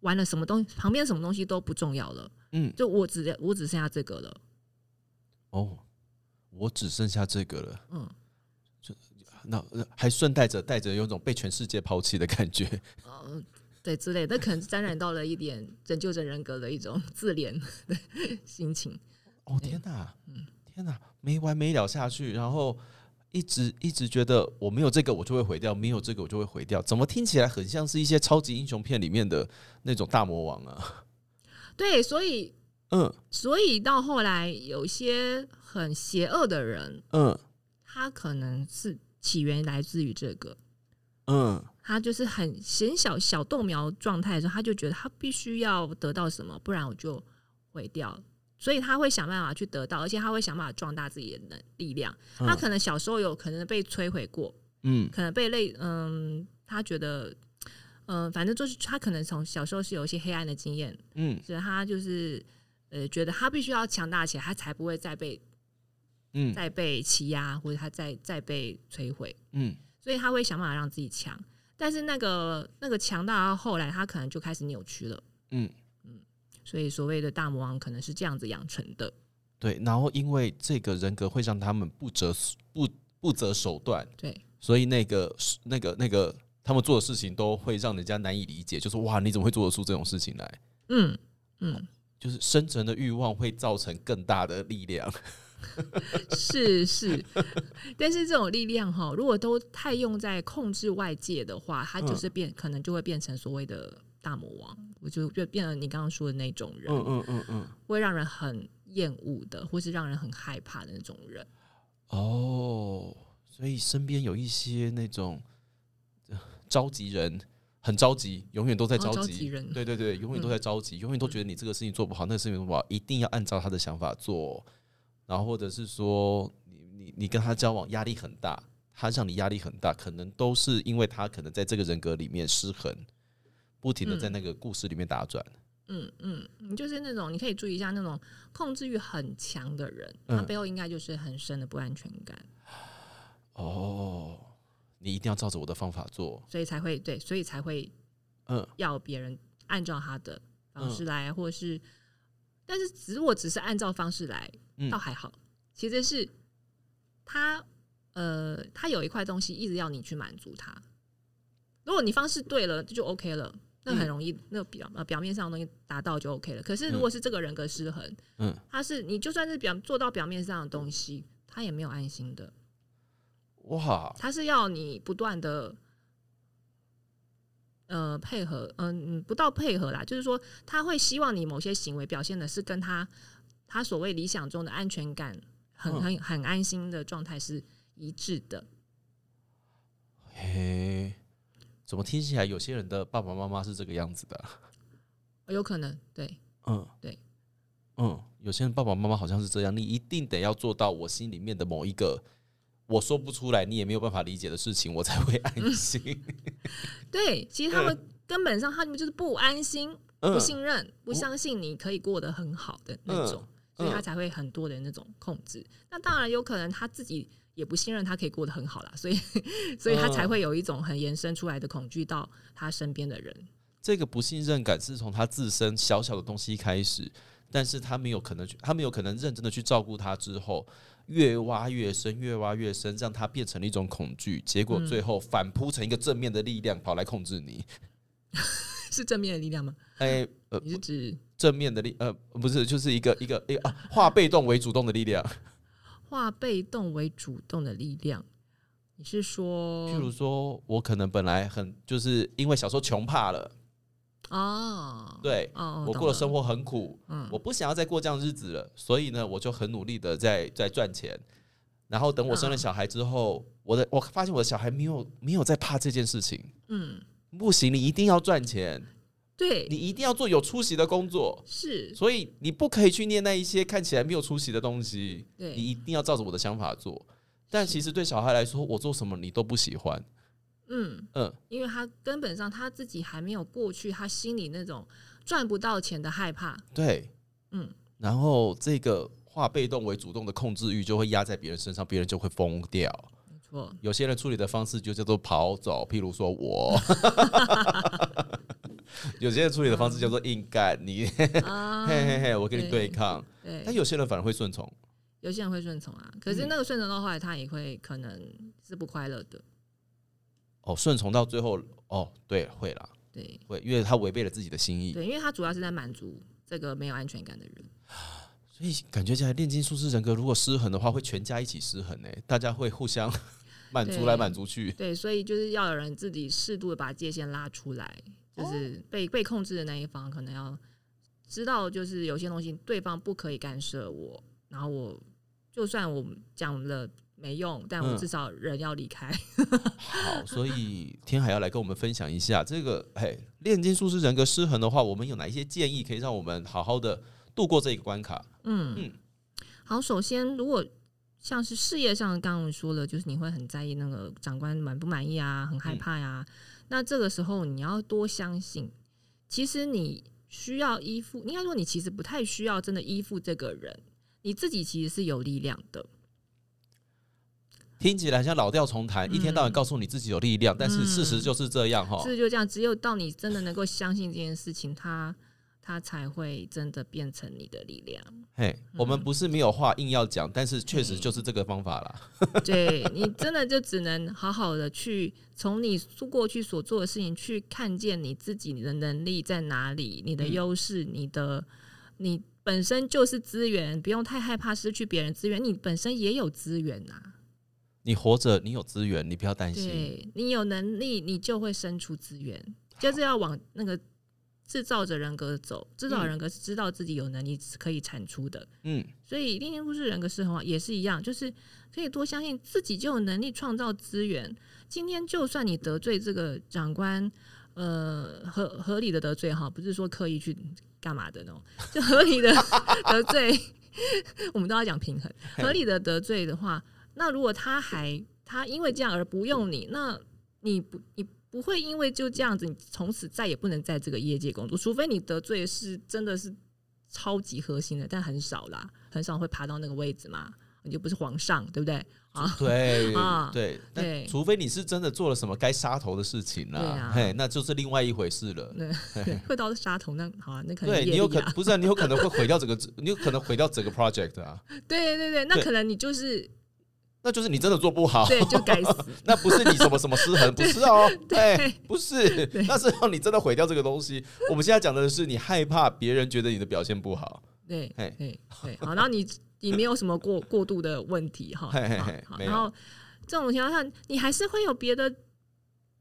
S2: 完了什么东西，旁边什么东西都不重要了，
S1: 嗯
S2: 就我只我只剩下这个了。
S1: 哦，我只剩下这个了。
S2: 嗯，
S1: 那呃还顺带着带着有种被全世界抛弃的感觉，
S2: 呃，对之类的，那可能沾染到了一点拯救者人格的一种 自怜的心情。
S1: 哦天哪，天哪，没完没了下去，然后一直一直觉得我没有这个我就会毁掉，没有这个我就会毁掉，怎么听起来很像是一些超级英雄片里面的那种大魔王啊？
S2: 对，所以
S1: 嗯
S2: 所以到后来，有些很邪恶的人，
S1: 嗯
S2: 他可能是起源来自于这个，
S1: 嗯，
S2: 他就是很显小小豆苗状态的时候，他就觉得他必须要得到什么，不然我就毁掉。所以他会想办法去得到，而且他会想办法壮大自己的能力量。他
S1: 嗯
S2: 可能小时候有可能被摧毁过，
S1: 嗯
S2: 可能被类嗯，他觉得嗯、反正就是他可能从小时候是有一些黑暗的经验，
S1: 嗯
S2: 所以他就是呃觉得他必须要强大起来，他才不会再被
S1: 嗯
S2: 再被欺压，或者他再再被摧毁，
S1: 嗯
S2: 所以他会想办法让自己强。但是那个那个强大到后来，他可能就开始扭曲了。
S1: 嗯，
S2: 所以所谓的大魔王可能是这样子养成的。
S1: 对。然后因为这个人格会让他们不择不不择手段，
S2: 对
S1: 所以那个那个那个他们做的事情都会让人家难以理解，就是哇，你怎么会做得出这种事情来？
S2: 嗯嗯，
S1: 就是深层的欲望会造成更大的力量。
S2: 是是。但是这种力量哈，如果都太用在控制外界的话，他
S1: 嗯
S2: 就是变，可能就会变成所谓的大魔王，我就就变成你刚刚说的那种人，
S1: 嗯嗯嗯。
S2: 会让人很厌恶的，或是让人很害怕的那种人。
S1: 哦，所以身边有一些那种呃着急人，很着急，永远都在
S2: 哦
S1: 着急。
S2: 着急人
S1: 对对对，永远都在着急，永远都觉得你这个事情做不好，那个事情做不好，一定要按照他的想法做。然后或者是说，你你你跟他交往压力很大，他让你压力很大，可能都是因为他可能在这个人格里面失衡，不停的在
S2: 嗯
S1: 那个故事里面打转。
S2: 嗯嗯，你就是那种你可以注意一下那种控制欲很强的人，
S1: 嗯
S2: 他背后应该就是很深的不安全感，
S1: 哦，你一定要照着我的方法做。
S2: 所以才会对，所以才会
S1: 嗯
S2: 要别人按照他的方
S1: 嗯
S2: 式来，或是，但是只如果只是按照方式来，
S1: 嗯
S2: 倒还好。其实是他呃，他有一块东西一直要你去满足他，如果你方式对了，这就 OK 了。那很
S1: 嗯
S2: 容易，那表呃表面上的东西达到就 OK 了。可是如果是这个人格失衡，
S1: 嗯，
S2: 他是你就算是表做到表面上的东西，他也没有安心的，
S1: 哇，
S2: 他是要你不断的呃配合，嗯、嗯，不到配合啦，就是说他会希望你某些行为表现的是跟他他所谓理想中的安全感很
S1: 嗯
S2: 很很安心的状态是一致的。
S1: 嘿，怎么听起来有些人的爸爸妈妈是这个样子的啊？
S2: 有可能对，
S1: 嗯，
S2: 对，
S1: 嗯，有些人爸爸妈妈好像是这样，你一定得要做到我心里面的某一个我说不出来，你也没有办法理解的事情，我才会安心。
S2: 对，其实他们根本上他们就是不安心、不
S1: 嗯
S2: 信任、不
S1: 我嗯
S2: 相信你可以过得很好的那种，所以他才会很多的那种控制。那当然有可能他自己也不信任他可以过得很好啦，所以所以他才会有一种很延伸出来的恐惧到他身边的人。
S1: 这个不信任感是从他自身小小的东西开始，但是他没有可能去，他没有可能认真的去照顾他之后，越挖越深，越挖越深，让他变成了一种恐惧，结果
S2: 嗯
S1: 最后反扑成一个正面的力量，跑来控制 你。
S2: 是正面的力量吗？
S1: 哎、呃，
S2: 你是指
S1: 正面的力，呃，不是，就是一个一个一个啊，化被动为主动的力量。
S2: 化被动为主动的力量？你是说
S1: 譬如说，我可能本来很就是因为小时候穷怕了，
S2: 哦？
S1: 对
S2: 哦，
S1: 我过的生
S2: 活，
S1: 活很苦，
S2: 嗯
S1: 我不想要再过这样日子了，所以呢，我就很努力的在在赚钱。然后等我生了
S2: 嗯
S1: 小孩之后，我的我发现我的小孩没有没有在怕这件事情。
S2: 嗯，
S1: 不行，你一定要赚钱，
S2: 对
S1: 你，一定要做有出息的工作，
S2: 是，
S1: 所以你不可以去念那一些看起来没有出息的东西。
S2: 对，
S1: 你一定要照着我的想法做。但其实对小孩来说，我做什么你都不喜欢。
S2: 嗯。
S1: 嗯，
S2: 因为他根本上他自己还没有过去他心里那种赚不到钱的害怕。
S1: 对，
S2: 嗯，
S1: 然后这个化被动为主动的控制欲就会压在别人身上，别人就会疯掉。
S2: 没错，
S1: 有些人处理的方式就叫做跑走，譬如说 我。有些人处理的方式叫做硬干，你
S2: 啊，
S1: 嘿嘿嘿，我跟你对
S2: 对
S1: 抗。但
S2: 对，
S1: 有些人反而会顺从。
S2: 有些人会顺从啊，可是那个顺从到后来，他也会可能是不快乐的。
S1: 哦，顺从到最后，哦，对，会啦，
S2: 对
S1: 会，因为他违背了自己的心意。
S2: 对，因为他主要是在满足这个没有安全感的人。
S1: 所以感觉起来，炼金术师人格如果失衡的话，会全家一起失衡呢、欸大家会互相 满足
S2: 对
S1: 来满足去。
S2: 对，所以就是要有人自己适度的把界限拉出来，就是被被控制的那一方可能要知道，就是有些东西对方不可以干涉我，然后我就算我讲了没用，但我
S1: 嗯
S2: 至少人要离开。
S1: 好，所以天海要来跟我们分享一下这个，嘿，炼金术师人格失衡的话，我们有哪一些建议可以让我们好好的度过这个关卡？嗯
S2: 嗯，好，首先如果像是事业上，刚刚我们说了，就是你会很在意那个长官满不满意啊，很害
S1: 嗯
S2: 怕呀、那这个时候你要多相信，其实你需要依附，应该说你其实不太需要真的依附这个人，你自己其实是有力量的。
S1: 听起来像老调重弹，一天到晚告诉你自己有力量，但是事实就是这样哈。
S2: 嗯是就这样，只有到你真的能够相信这件事情，它它才会真的变成你的力量。
S1: 嘿，我们不是没有话硬要讲，但是确实就是这个方法啦。
S2: 对你真的就只能好好的去从你过去所做的事情去看见你自己的能力在哪里，你的优势，你的你本身就是资源，不用太害怕失去别人资源，你本身也有资源呐、
S1: 你活着，你有资源，你不要担心。
S2: 对你有能力，你就会生出资源，就是要往那个制造者人格走。制造人格是知道自己有能力可以产出的，
S1: 嗯，
S2: 所以练天故事人格是很好，也是一样，就是可以多相信自己就有能力创造资源。今天就算你得罪这个长官，呃，合合理的得罪哈，不是说刻意去干嘛的那种，就合理的 得罪， 我们都要讲平衡。合理的得罪的话，那如果他还他因为这样而不用你，那你不你。不会因为就这样子，你从此再也不能在这个业界工作，除非你得罪的是真的是超级核心的，但很少啦，很少会爬到那个位置嘛。你就不是皇上，对不 对？ 啊，
S1: 对
S2: 啊
S1: 对，但
S2: 对
S1: 除非你是真的做了什么该杀头的事情
S2: 对
S1: 啦
S2: 啊，
S1: 嘿，那就是另外一回事了。
S2: 对，会到杀头那好啊，那可能
S1: 对你
S2: 业
S1: 有
S2: 力
S1: 可
S2: 啊，
S1: 不是啊，你有可能会毁掉整个， 你有可能毁掉整个 project 啊，
S2: 对对对，那
S1: 对
S2: 可能你就是
S1: 那就是你真的做不好。
S2: 对就 该死，
S1: 那不是你什么什么失衡，不是哦，
S2: 对
S1: 哎，不是，那是让你真的毁掉这个东西。我们现在讲的是你害怕别人觉得你的表现不好，
S2: 对
S1: 嘿
S2: 对对，好，然后你你没有什么过过度的问题哈，
S1: 嘿嘿
S2: 好
S1: 嘿
S2: 好
S1: 没有
S2: 然后这种情况下，你还是会有别的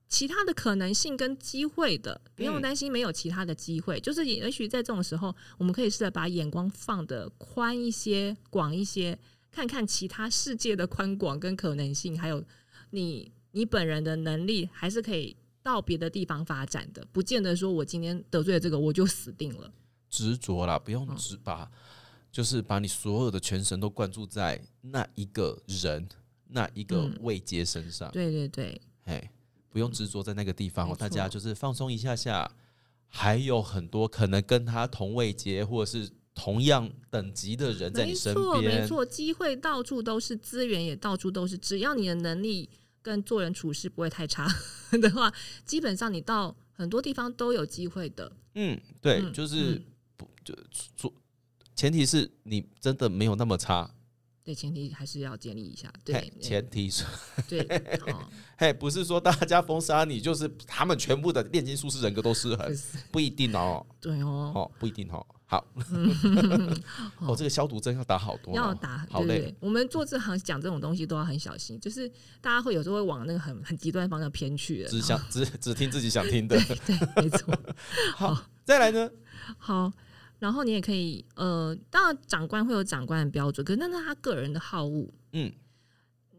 S2: 其他的可能性跟机会的，不用
S1: 嗯
S2: 担心没有其他的机会，就是也也许在这种时候，我们可以试着把眼光放得宽一些、广一些，看看其他世界的宽广跟可能性，还有你你本人的能力，还是可以。到别的地方发展的，不见得说我今天得罪了这个我就死定了。
S1: 执着啦，不用
S2: 嗯
S1: 只把，就是把你所有的全神都灌注在那一个人、那一个
S2: 嗯
S1: 位阶身上，
S2: 对对对，
S1: 哎，不用执着在那个地方哦
S2: 没，
S1: 大家就
S2: 错
S1: 是放松一下下。还有很多可能跟他同位阶或者是同样等级的人在你
S2: 没
S1: 身
S2: 错，没
S1: 边，
S2: 错，机会到处都是，资源也到处都是。只要你的能力跟做人处事不会太差 的话，基本上你到很多地方都有机会的。
S1: 嗯，对，
S2: 嗯
S1: 就是
S2: 嗯
S1: 不就做，前提是你真的没有那么差，
S2: 对，前提还是要建立一下。
S1: 嘿
S2: 对，
S1: 前提是，
S2: 对，哦，
S1: 嘿，不是说大家封杀你，就是他们全部的炼金术师人格都失
S2: 就
S1: 衡，
S2: 是
S1: 不一定哦，
S2: 对哦，
S1: 哦，不一定哦。 好，哦，这个消毒针要打好多哦，
S2: 要打，
S1: 好
S2: 对对
S1: 累，
S2: 对。我们做这行讲这种东西都要很小心，就是大家会有时候会往那个很很极端的方向偏去了。
S1: 只想只只听自己想听的。
S2: 对，没错。
S1: 好，再来呢？
S2: 好，然后你也可以，呃，当然长官会有长官的标准，可是那是他个人的好恶，
S1: 嗯，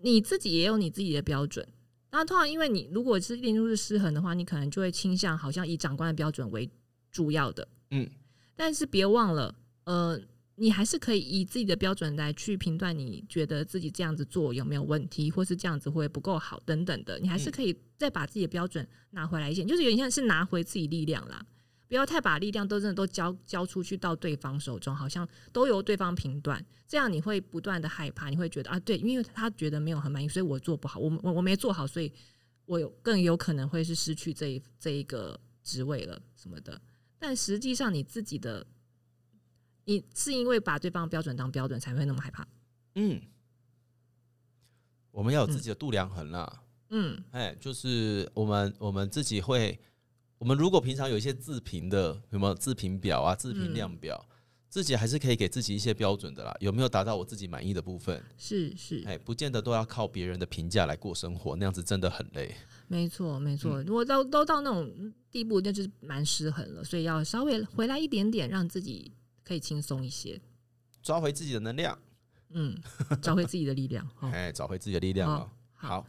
S2: 你自己也有你自己的标准。那通常因为你如果是练出是失衡的话，你可能就会倾向好像以长官的标准为主要的，
S1: 嗯，
S2: 但是别忘了，呃，你还是可以以自己的标准来去评断，你觉得自己这样子做有没有问题，或是这样子会不够好等等的，你
S1: 嗯
S2: 还是可以再把自己的标准拿回来一些，就是有点像是拿回自己力量啦。不要太把力量都真的都交交出去到对方手中，好像都由对方评断，这样你会不断的害怕，你会觉得啊，对，因为他觉得没有很满意，所以我做不好，我我我没做好，所以我有更有可能会是失去这一这一个职位了什么的。但实际上你自己的，你是因为把对方的标准当标准，才会那么害怕。
S1: 嗯，我们要有自己的度量衡啦。
S2: 嗯，
S1: 哎，就是我们我们自己会，我们如果平常有一些自评的，有没有自评表啊、自评量表，自己还是可以给自己一些标准的啦。有没有达到我自己满意的部分？
S2: 是是，
S1: 哎，不见得都要靠别人的评价来过生活，那样子真的很累。
S2: 没错没错。如果到都到那种地步，那就是蛮失衡了，所以要稍微回来一点点，让自己可以轻松一些。
S1: 抓回自己的能量，
S2: 嗯，找回自己的力量。 哦、
S1: 哎，找回自己的力量啊。
S2: 好
S1: 好，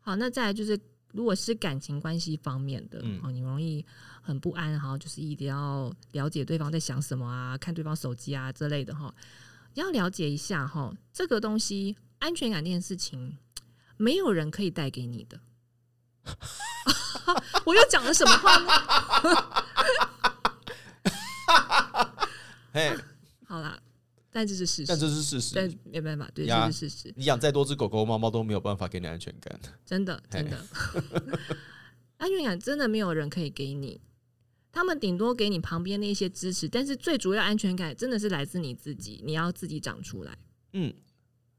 S2: 好，那再来就是，如果是感情关系方面的，
S1: 嗯
S2: 哦，你容易很不安，哈，就是一定要了解对方在想什么啊，看对方手机啊之类的，哈，要了解一下，哈，这个东西安全感这件事情，没有人可以带给你的。 我又讲了什么话呢？
S1: 嘿，
S2: 好啦，但这是事实，
S1: 但这是事
S2: 但
S1: 实。
S2: 没办法，对，
S1: 呀
S2: 这是事实，
S1: 你养再多只狗狗、猫猫都没有办法给你安全感。
S2: 真的
S1: 嘿
S2: 真的。 安全感真的没有人可以给你，他们顶多给你旁边的一些支持，但是最主要安全感真的是来自你自己，你要自己长出来。
S1: 嗯，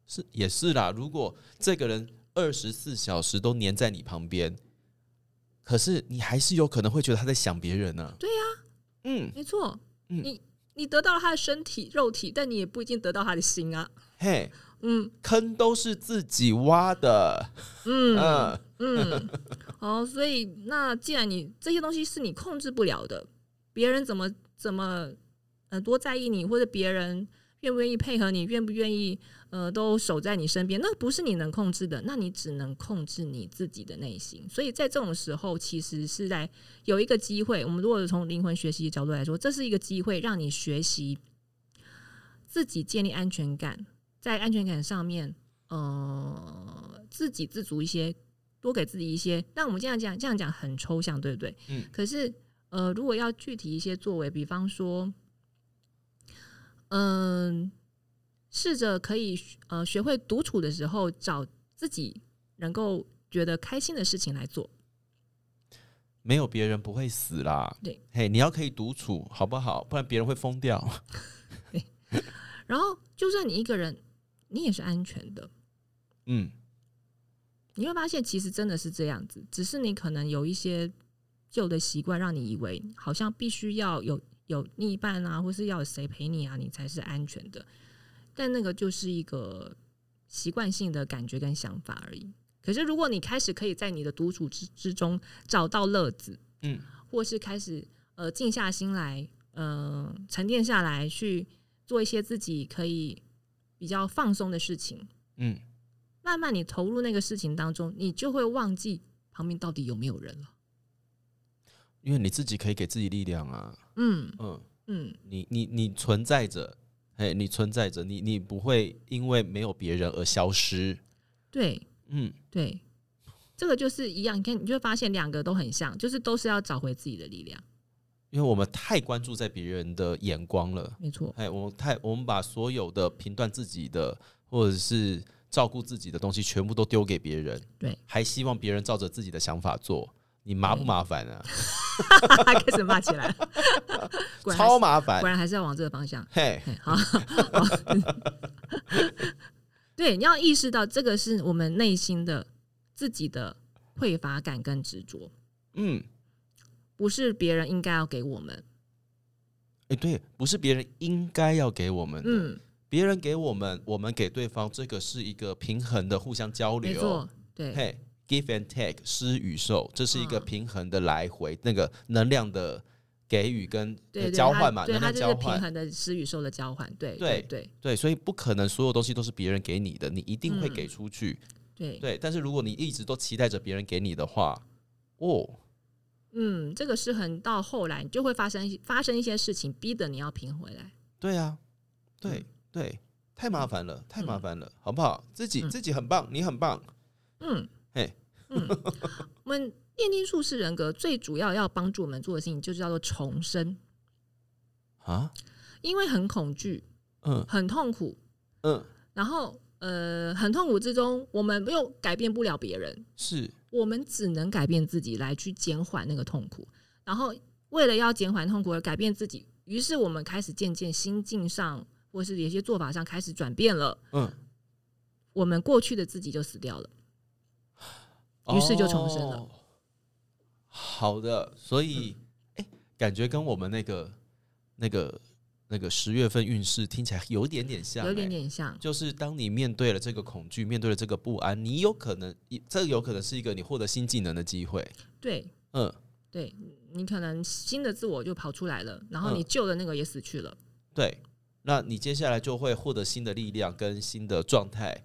S1: 是也是啦。如果这个人二十四小时都黏在你旁边，可是你还是有可能会觉得他在想别人呢、
S2: 对
S1: 呀、嗯，
S2: 没错，
S1: 嗯
S2: 你你得到了他的身体肉体，但你也不一定得到他的心啊。
S1: 嘿，
S2: 嗯
S1: 坑都是自己挖的。
S2: 嗯
S1: 嗯
S2: 嗯，哦，所以那既然你这些东西是你控制不了的，别人怎么怎么呃多在意你，或者别人愿不愿意配合你，愿不愿意呃都守在你身边，那不是你能控制的，那你只能控制你自己的内心。所以在这种时候，其实是在有一个机会，我们如果从灵魂学习的角度来说，这是一个机会，让你学习自己建立安全感，在安全感上面。呃，自给自足一些，多给自己一些。但我们这样讲，这样讲很抽象，对不对？
S1: 嗯。
S2: 可是，呃，如果要具体一些作为，比方说，嗯、试着可以呃学会独处的时候，找自己能够觉得开心的事情来做。
S1: 没有别人不会死啦，
S2: 对，
S1: 嘿，你要可以独处，好不好？不然别人会疯掉。
S2: 然后，就算你一个人，你也是安全的。
S1: 嗯，
S2: 你会发现，其实真的是这样子，只是你可能有一些旧的习惯，让你以为好像必须要有有另一半啊，或是要有谁陪你啊，你才是安全的。但那个就是一个习惯性的感觉跟想法而已。可是如果你开始可以在你的独处之之中找到乐子，
S1: 嗯，
S2: 或是开始呃静下心来，呃沉淀下来去做一些自己可以比较放松的事情，
S1: 嗯，
S2: 慢慢你投入那个事情当中，你就会忘记旁边到底有没有人了。
S1: 因为你自己可以给自己力量啊。
S2: 嗯
S1: 嗯，
S2: 嗯，
S1: 你你你存在着，嘿，你存在着，你你不会因为没有别人而消失。
S2: 对
S1: 嗯，
S2: 对，这个就是一样。你看，你就会发现两个都很像，就是都是要找回自己的力量。
S1: 因为我们太关注在别人的眼光了，
S2: 没错，
S1: 哎，我们太我们把所有的评断自己的或者是照顾自己的东西，全部都丢给别人，
S2: 对，
S1: 还希望别人照着自己的想法做，你麻不
S2: 对
S1: 麻烦啊？
S2: 开始骂起来了。 果然还
S1: 超
S2: 是
S1: 麻烦
S2: 果，然还是要往这个方向。
S1: 嘿，
S2: 嘿好， 好对，你要意识到这个是我们内心的自己的匮乏感跟执着，
S1: 嗯，
S2: 不是别人应该要给我们。
S1: 哎、对，不是别人应该要给我们的，
S2: 嗯，
S1: 别人给我们，我们给对方，这个是一个平衡的互相交
S2: 没
S1: 流
S2: 错，，对。
S1: 嘿，give and take，施与受，这是一个
S2: 嗯
S1: 平衡的来回，那个能量的给予跟
S2: 对
S1: 呃
S2: 对，
S1: 交
S2: 它
S1: 换嘛，
S2: 对，
S1: 能
S2: 它
S1: 量
S2: 这是
S1: 交
S2: 平
S1: 换，
S2: 衡的施与受的交换，对
S1: 对
S2: 对
S1: 对，所以不可能所有东西都是别人给你的，你一定会
S2: 嗯
S1: 给出去，
S2: 对对，
S1: 对，但是如果你一直都期待着别人给你的话，哦，
S2: 嗯，这个是很到后来你就会发生一发生一些事情，逼得你要平回来，
S1: 对啊，对、
S2: 嗯
S1: 对，太麻烦了，太麻
S2: 嗯
S1: 烦了，好不好？自己、
S2: 嗯
S1: 自己很棒，你很棒，
S2: 嗯，
S1: 嘿，
S2: 嗯，我们炼金术士人格最主要要帮助我们做的事情，就叫做重生，
S1: 啊，
S2: 因为很恐惧，
S1: 嗯
S2: 很痛苦，
S1: 嗯，
S2: 然后呃，很痛苦之中，我们又改变不了别人，
S1: 是。
S2: 我们只能改变自己来去减缓那个痛苦，然后为了要减缓痛苦而改变自己，于是我们开始渐渐心境上或是有些做法上开始转变了，
S1: 嗯，
S2: 我们过去的自己就死掉了。于是就重生了嗯
S1: 哦好的，所以哎、感觉跟我们那个、那个、那个十月份运势听起来有一点点像、
S2: 有点
S1: 诶。
S2: 点像，
S1: 哎就是当你面对了这个恐惧，面对了这个不安，你有可能，这有可能是一个你获得新技能的机会。
S2: 对
S1: 嗯，
S2: 对，你可能新的自我就跑出来了，然后你
S1: 嗯
S2: 旧的那个也死去了，
S1: 对。那你接下来就会获得新的力量跟新的状态。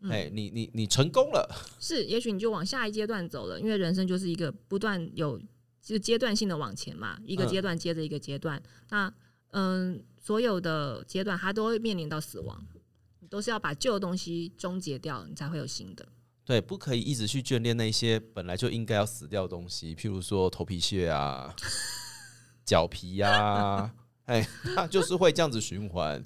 S2: 嗯
S1: 哎、你你你成功了。
S2: 是，也许你就往下一阶段走了，因为人生就是一个不断有就是阶段性的往前嘛，一个
S1: 嗯
S2: 阶段接着一个阶段。那嗯，所有的阶段它都会面临到死亡，你都是要把旧的东西终结掉，你才会有新的。
S1: 对，不可以一直去眷恋那些本来就应该要死掉的东西，譬如说头皮屑 啊、脚皮呀、啊，哎，它就是会这样子循环。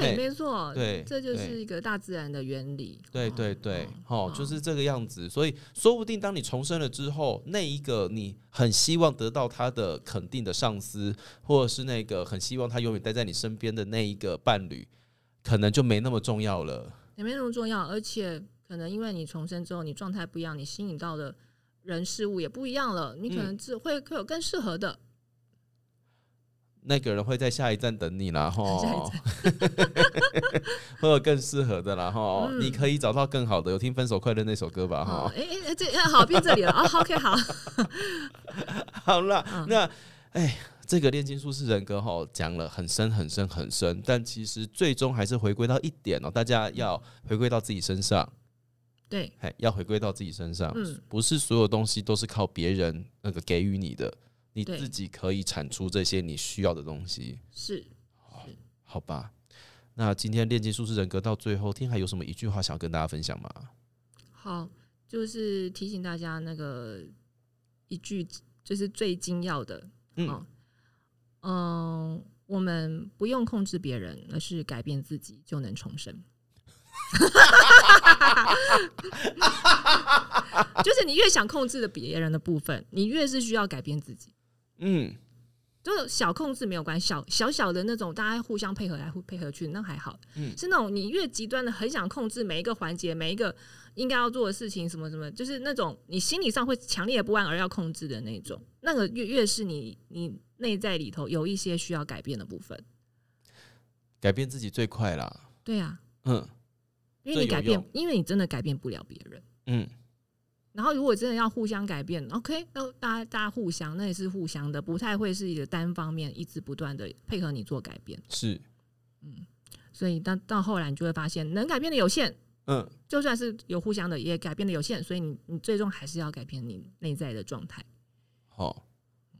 S1: 嘿
S2: 对，没错，
S1: 对
S2: 这就是
S1: 对
S2: 一个大自然的原理。
S1: 对
S2: 哦
S1: 对对，哦，就
S2: 哦
S1: 是这个样子。所以，说不定当你重生了之后，那一个你很希望得到他的肯定的上司，或者是那个很希望他永远待在你身边的那一个伴侣，可能就没那么重要了。
S2: 也没那么重要，而且可能因为你重生之后，你状态不一样，你吸引到的人事物也不一样了，你
S1: 嗯
S2: 可能只会会有更适合的。
S1: 那个人会在下一站等你啦，
S2: 下
S1: 吼
S2: 一，
S1: 会有更适合的啦，吼，
S2: 嗯
S1: 你可以找到更好的。有听《分手快乐》那首歌吧，吼。
S2: 哦，哎哎哎，这哎好变这里了。哦好，OK，好，
S1: 好啦，
S2: 嗯
S1: 那哎，这个炼金术士人格哈，讲了很深很深很深，但其实最终还是回归到一点哦，大家要回归到自己身上，
S2: 对，
S1: 哎，要回归到自己身上，
S2: 嗯
S1: 不是所有东西都是靠别人那个给予你的，你
S2: 对
S1: 自己可以产出这些你需要的东西，
S2: 是
S1: 好吧？那今天炼金术士人格到最后，天海有什么一句话想要跟大家分享吗？
S2: 好，就是提醒大家那个一句，就是最精要的，
S1: 嗯
S2: 哦嗯、我们不用控制别人，而是改变自己就能重生。 就是你越想控制的别人的部分，你越是需要改变自己。
S1: 嗯，
S2: 就是小控制没有关系，小小小的那种，大家互相配合来互配合去，那还好。
S1: 嗯
S2: 是那种你越极端的，很想控制每一个环节，每一个应该要做的事情，什么什么，就是那种你心理上会强烈不安而要控制的那种，那个越越是你你内在里头有一些需要改变的部分。
S1: 改变自己最快啦，
S2: 对啊，
S1: 嗯
S2: 因为你
S1: 这有
S2: 改变
S1: 用，
S2: 因为你真的改变不了别人。
S1: 嗯，
S2: 然后，如果真的要互相改变，OK，那大家大家互相，那也是互相的，不太会是一个单方面一直不断的配合你做改变。
S1: 是，
S2: 所以到到后来，你就会发现能改变的有限，
S1: 嗯。
S2: 就算是有互相的，也改变的有限。所以你你最终还是要改变你内在的状态。
S1: 哦，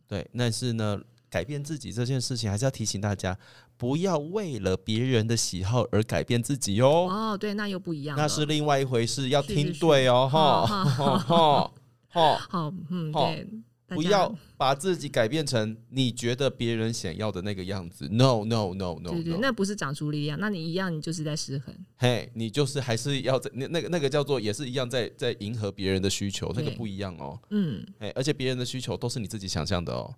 S1: 对，但是呢，改变自己这件事情，还是要提醒大家，不要为了别人的喜好而改变自己哦，
S2: 哦，对，那又不一样了。
S1: 那是另外一回事，要
S2: 是
S1: 听
S2: 是
S1: 对哦， 哈哈
S2: 好好
S1: 哈哈，
S2: 好，嗯，
S1: 哦
S2: 对， 大
S1: 不
S2: 家
S1: 要把自己改变成你觉得别人想要的那个样子，no no no no，,
S2: 对对，
S1: no
S2: 那不是长出力量，那你一样，你就是在失衡。
S1: 嘿，你就是还是要在那那个那个叫做也是一样在在迎合别人的需求，那个
S2: 对
S1: 不一样哦，
S2: 嗯，
S1: 哎，而且别人的需求都是你自己想象的哦，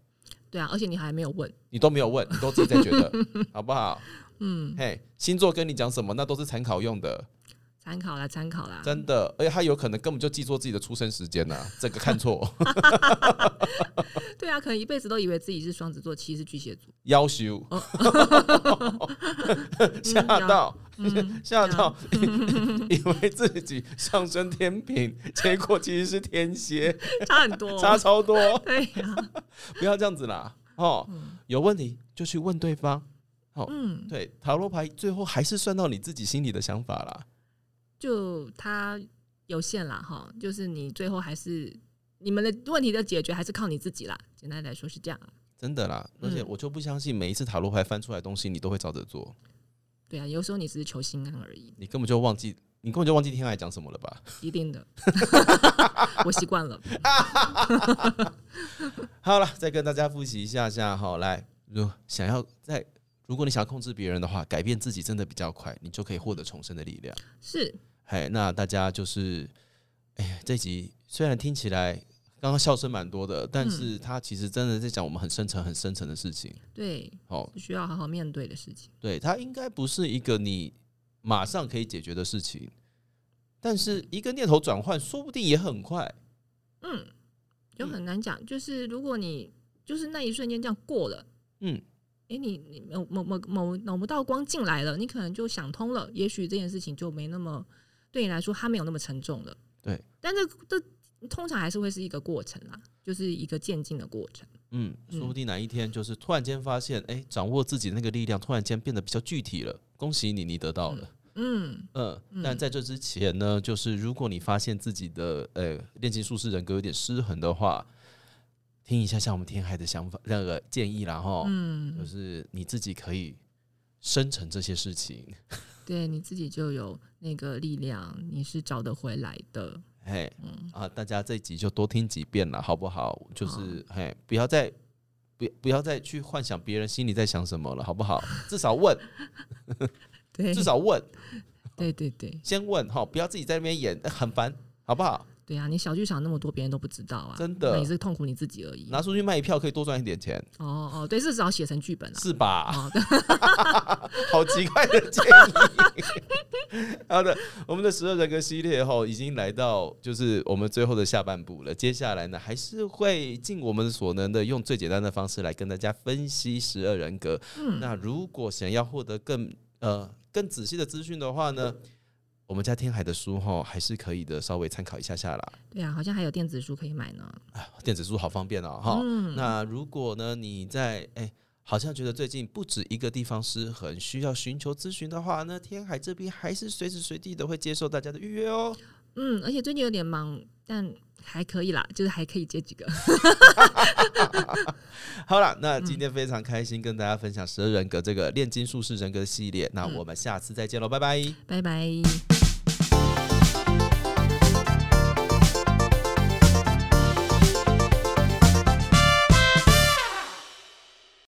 S2: 对啊，而且你还没有问。
S1: 你都没有问，你都自己在觉 得，好不好？
S2: 嗯，
S1: 嘿，星座跟你讲什么，那都是参考用的，
S2: 参考啦，参考啦。
S1: 真的。而且他有可能根本就记错自己的出生时间呐、这个看错，
S2: 对啊，可能一辈子都以为自己是双子座，其实是巨蟹座。
S1: 要求 吓到
S2: 哦嗯
S1: 吓到， 以为自己上升天 平，结果其实是天蝎，
S2: 差很多。哦
S1: 差超 多。
S2: 对啊呀、
S1: 不要这样子啦，哦，有问题就去问对方。
S2: 嗯，
S1: 对，塔罗牌最后还是算到你自己心里的想法啦。
S2: 就它有限啦，哈，就是你最后还是你们的问题的解决还是靠你自己啦。简单来说是这样啊，
S1: 真的啦，而且
S2: 嗯
S1: 我就不相信每一次塔罗牌翻出来的东西，你都会照着做。
S2: 对啊，有时候你只是求心安而已，
S1: 你根本就忘记，你根本就忘记天海讲什么了吧？
S2: 一定的， 我习惯了。
S1: 好了，再跟大家复习一下下哈，来，如想要在，如果你想要控制别人的话，改变自己真的比较快，你就可以获得重生的力量。
S2: 是，
S1: 嘿，那大家就是，哎呀，这集虽然听起来刚刚笑声蛮多的，但是它其实真的在讲我们很深层、很深层的事情。
S2: 对，
S1: 哦，
S2: 需要好好面对的事情。
S1: 对，它应该不是一个你马上可以解决的事情，但是一个念头转换，说不定也很快。
S2: 嗯，就
S1: 嗯
S2: 很难讲，就是如果你就是那一瞬间这样过了，
S1: 嗯，
S2: 诶，你你某某某某某不道光进来了，你可能就想通了，也许这件事情就没那么对你来说，它没有那么沉重了。
S1: 对，
S2: 但这这通常还是会是一个过程啦，就是一个渐进的过程。
S1: 嗯，说不定哪一天就是突然间发现，哎、掌握自己的那个力量，突然间变得比较具体了。恭喜你，你得到了。
S2: 嗯，
S1: 嗯，但在这之前呢，就是如果你发现自己的呃恋情术士人格有点失衡的话，听一下像我们天海的想法那个建议啦哈，
S2: 嗯
S1: 就是你自己可以生成这些事情，
S2: 对，你自己就有那个力量，你是找得回来的。
S1: 嘿，
S2: 嗯，
S1: 啊，大家这一集就多听几遍了，好不好？就是、
S2: 好
S1: 嘿，不要再 不不要再去幻想别人心里在想什么了，好不好？至少问，
S2: 对，
S1: 至少问，
S2: 对对对
S1: 先问哈，不要自己在那边演，很烦，好不好？
S2: 对啊！你小剧场那么多，别人都不知道啊，
S1: 真的
S2: 那也是痛苦你自己而已。
S1: 拿出去卖票可以多赚一点钱，
S2: 哦哦，对，至少写成剧本啊。
S1: 是吧？
S2: 好的，
S1: 好奇怪的建议。 好的，我们的十二人格系列哈，已经来到就是我们最后的下半部了。接下来呢，还是会尽我们所能的，用最简单的方式来跟大家分析十二人格。
S2: 嗯
S1: 那如果想要获得更呃更仔细的资讯的话呢，我们家天海的书哈，还是可以的，稍微参考一下下啦。
S2: 对啊，好像还有电子书可以买呢。
S1: 电子书好方便哦，哈、那如果呢，你在哎、好像觉得最近不止一个地方失衡，需要寻求咨询的话呢，天海这边还是随时随地的会接受大家的预约哦。
S2: 嗯，而且最近有点忙，但还可以啦，就是还可以接几个。
S1: 好了，那今天非常开心跟大家分享十二人格这个炼金术士人格系列，那我们下次再见喽，拜拜。
S2: 拜拜。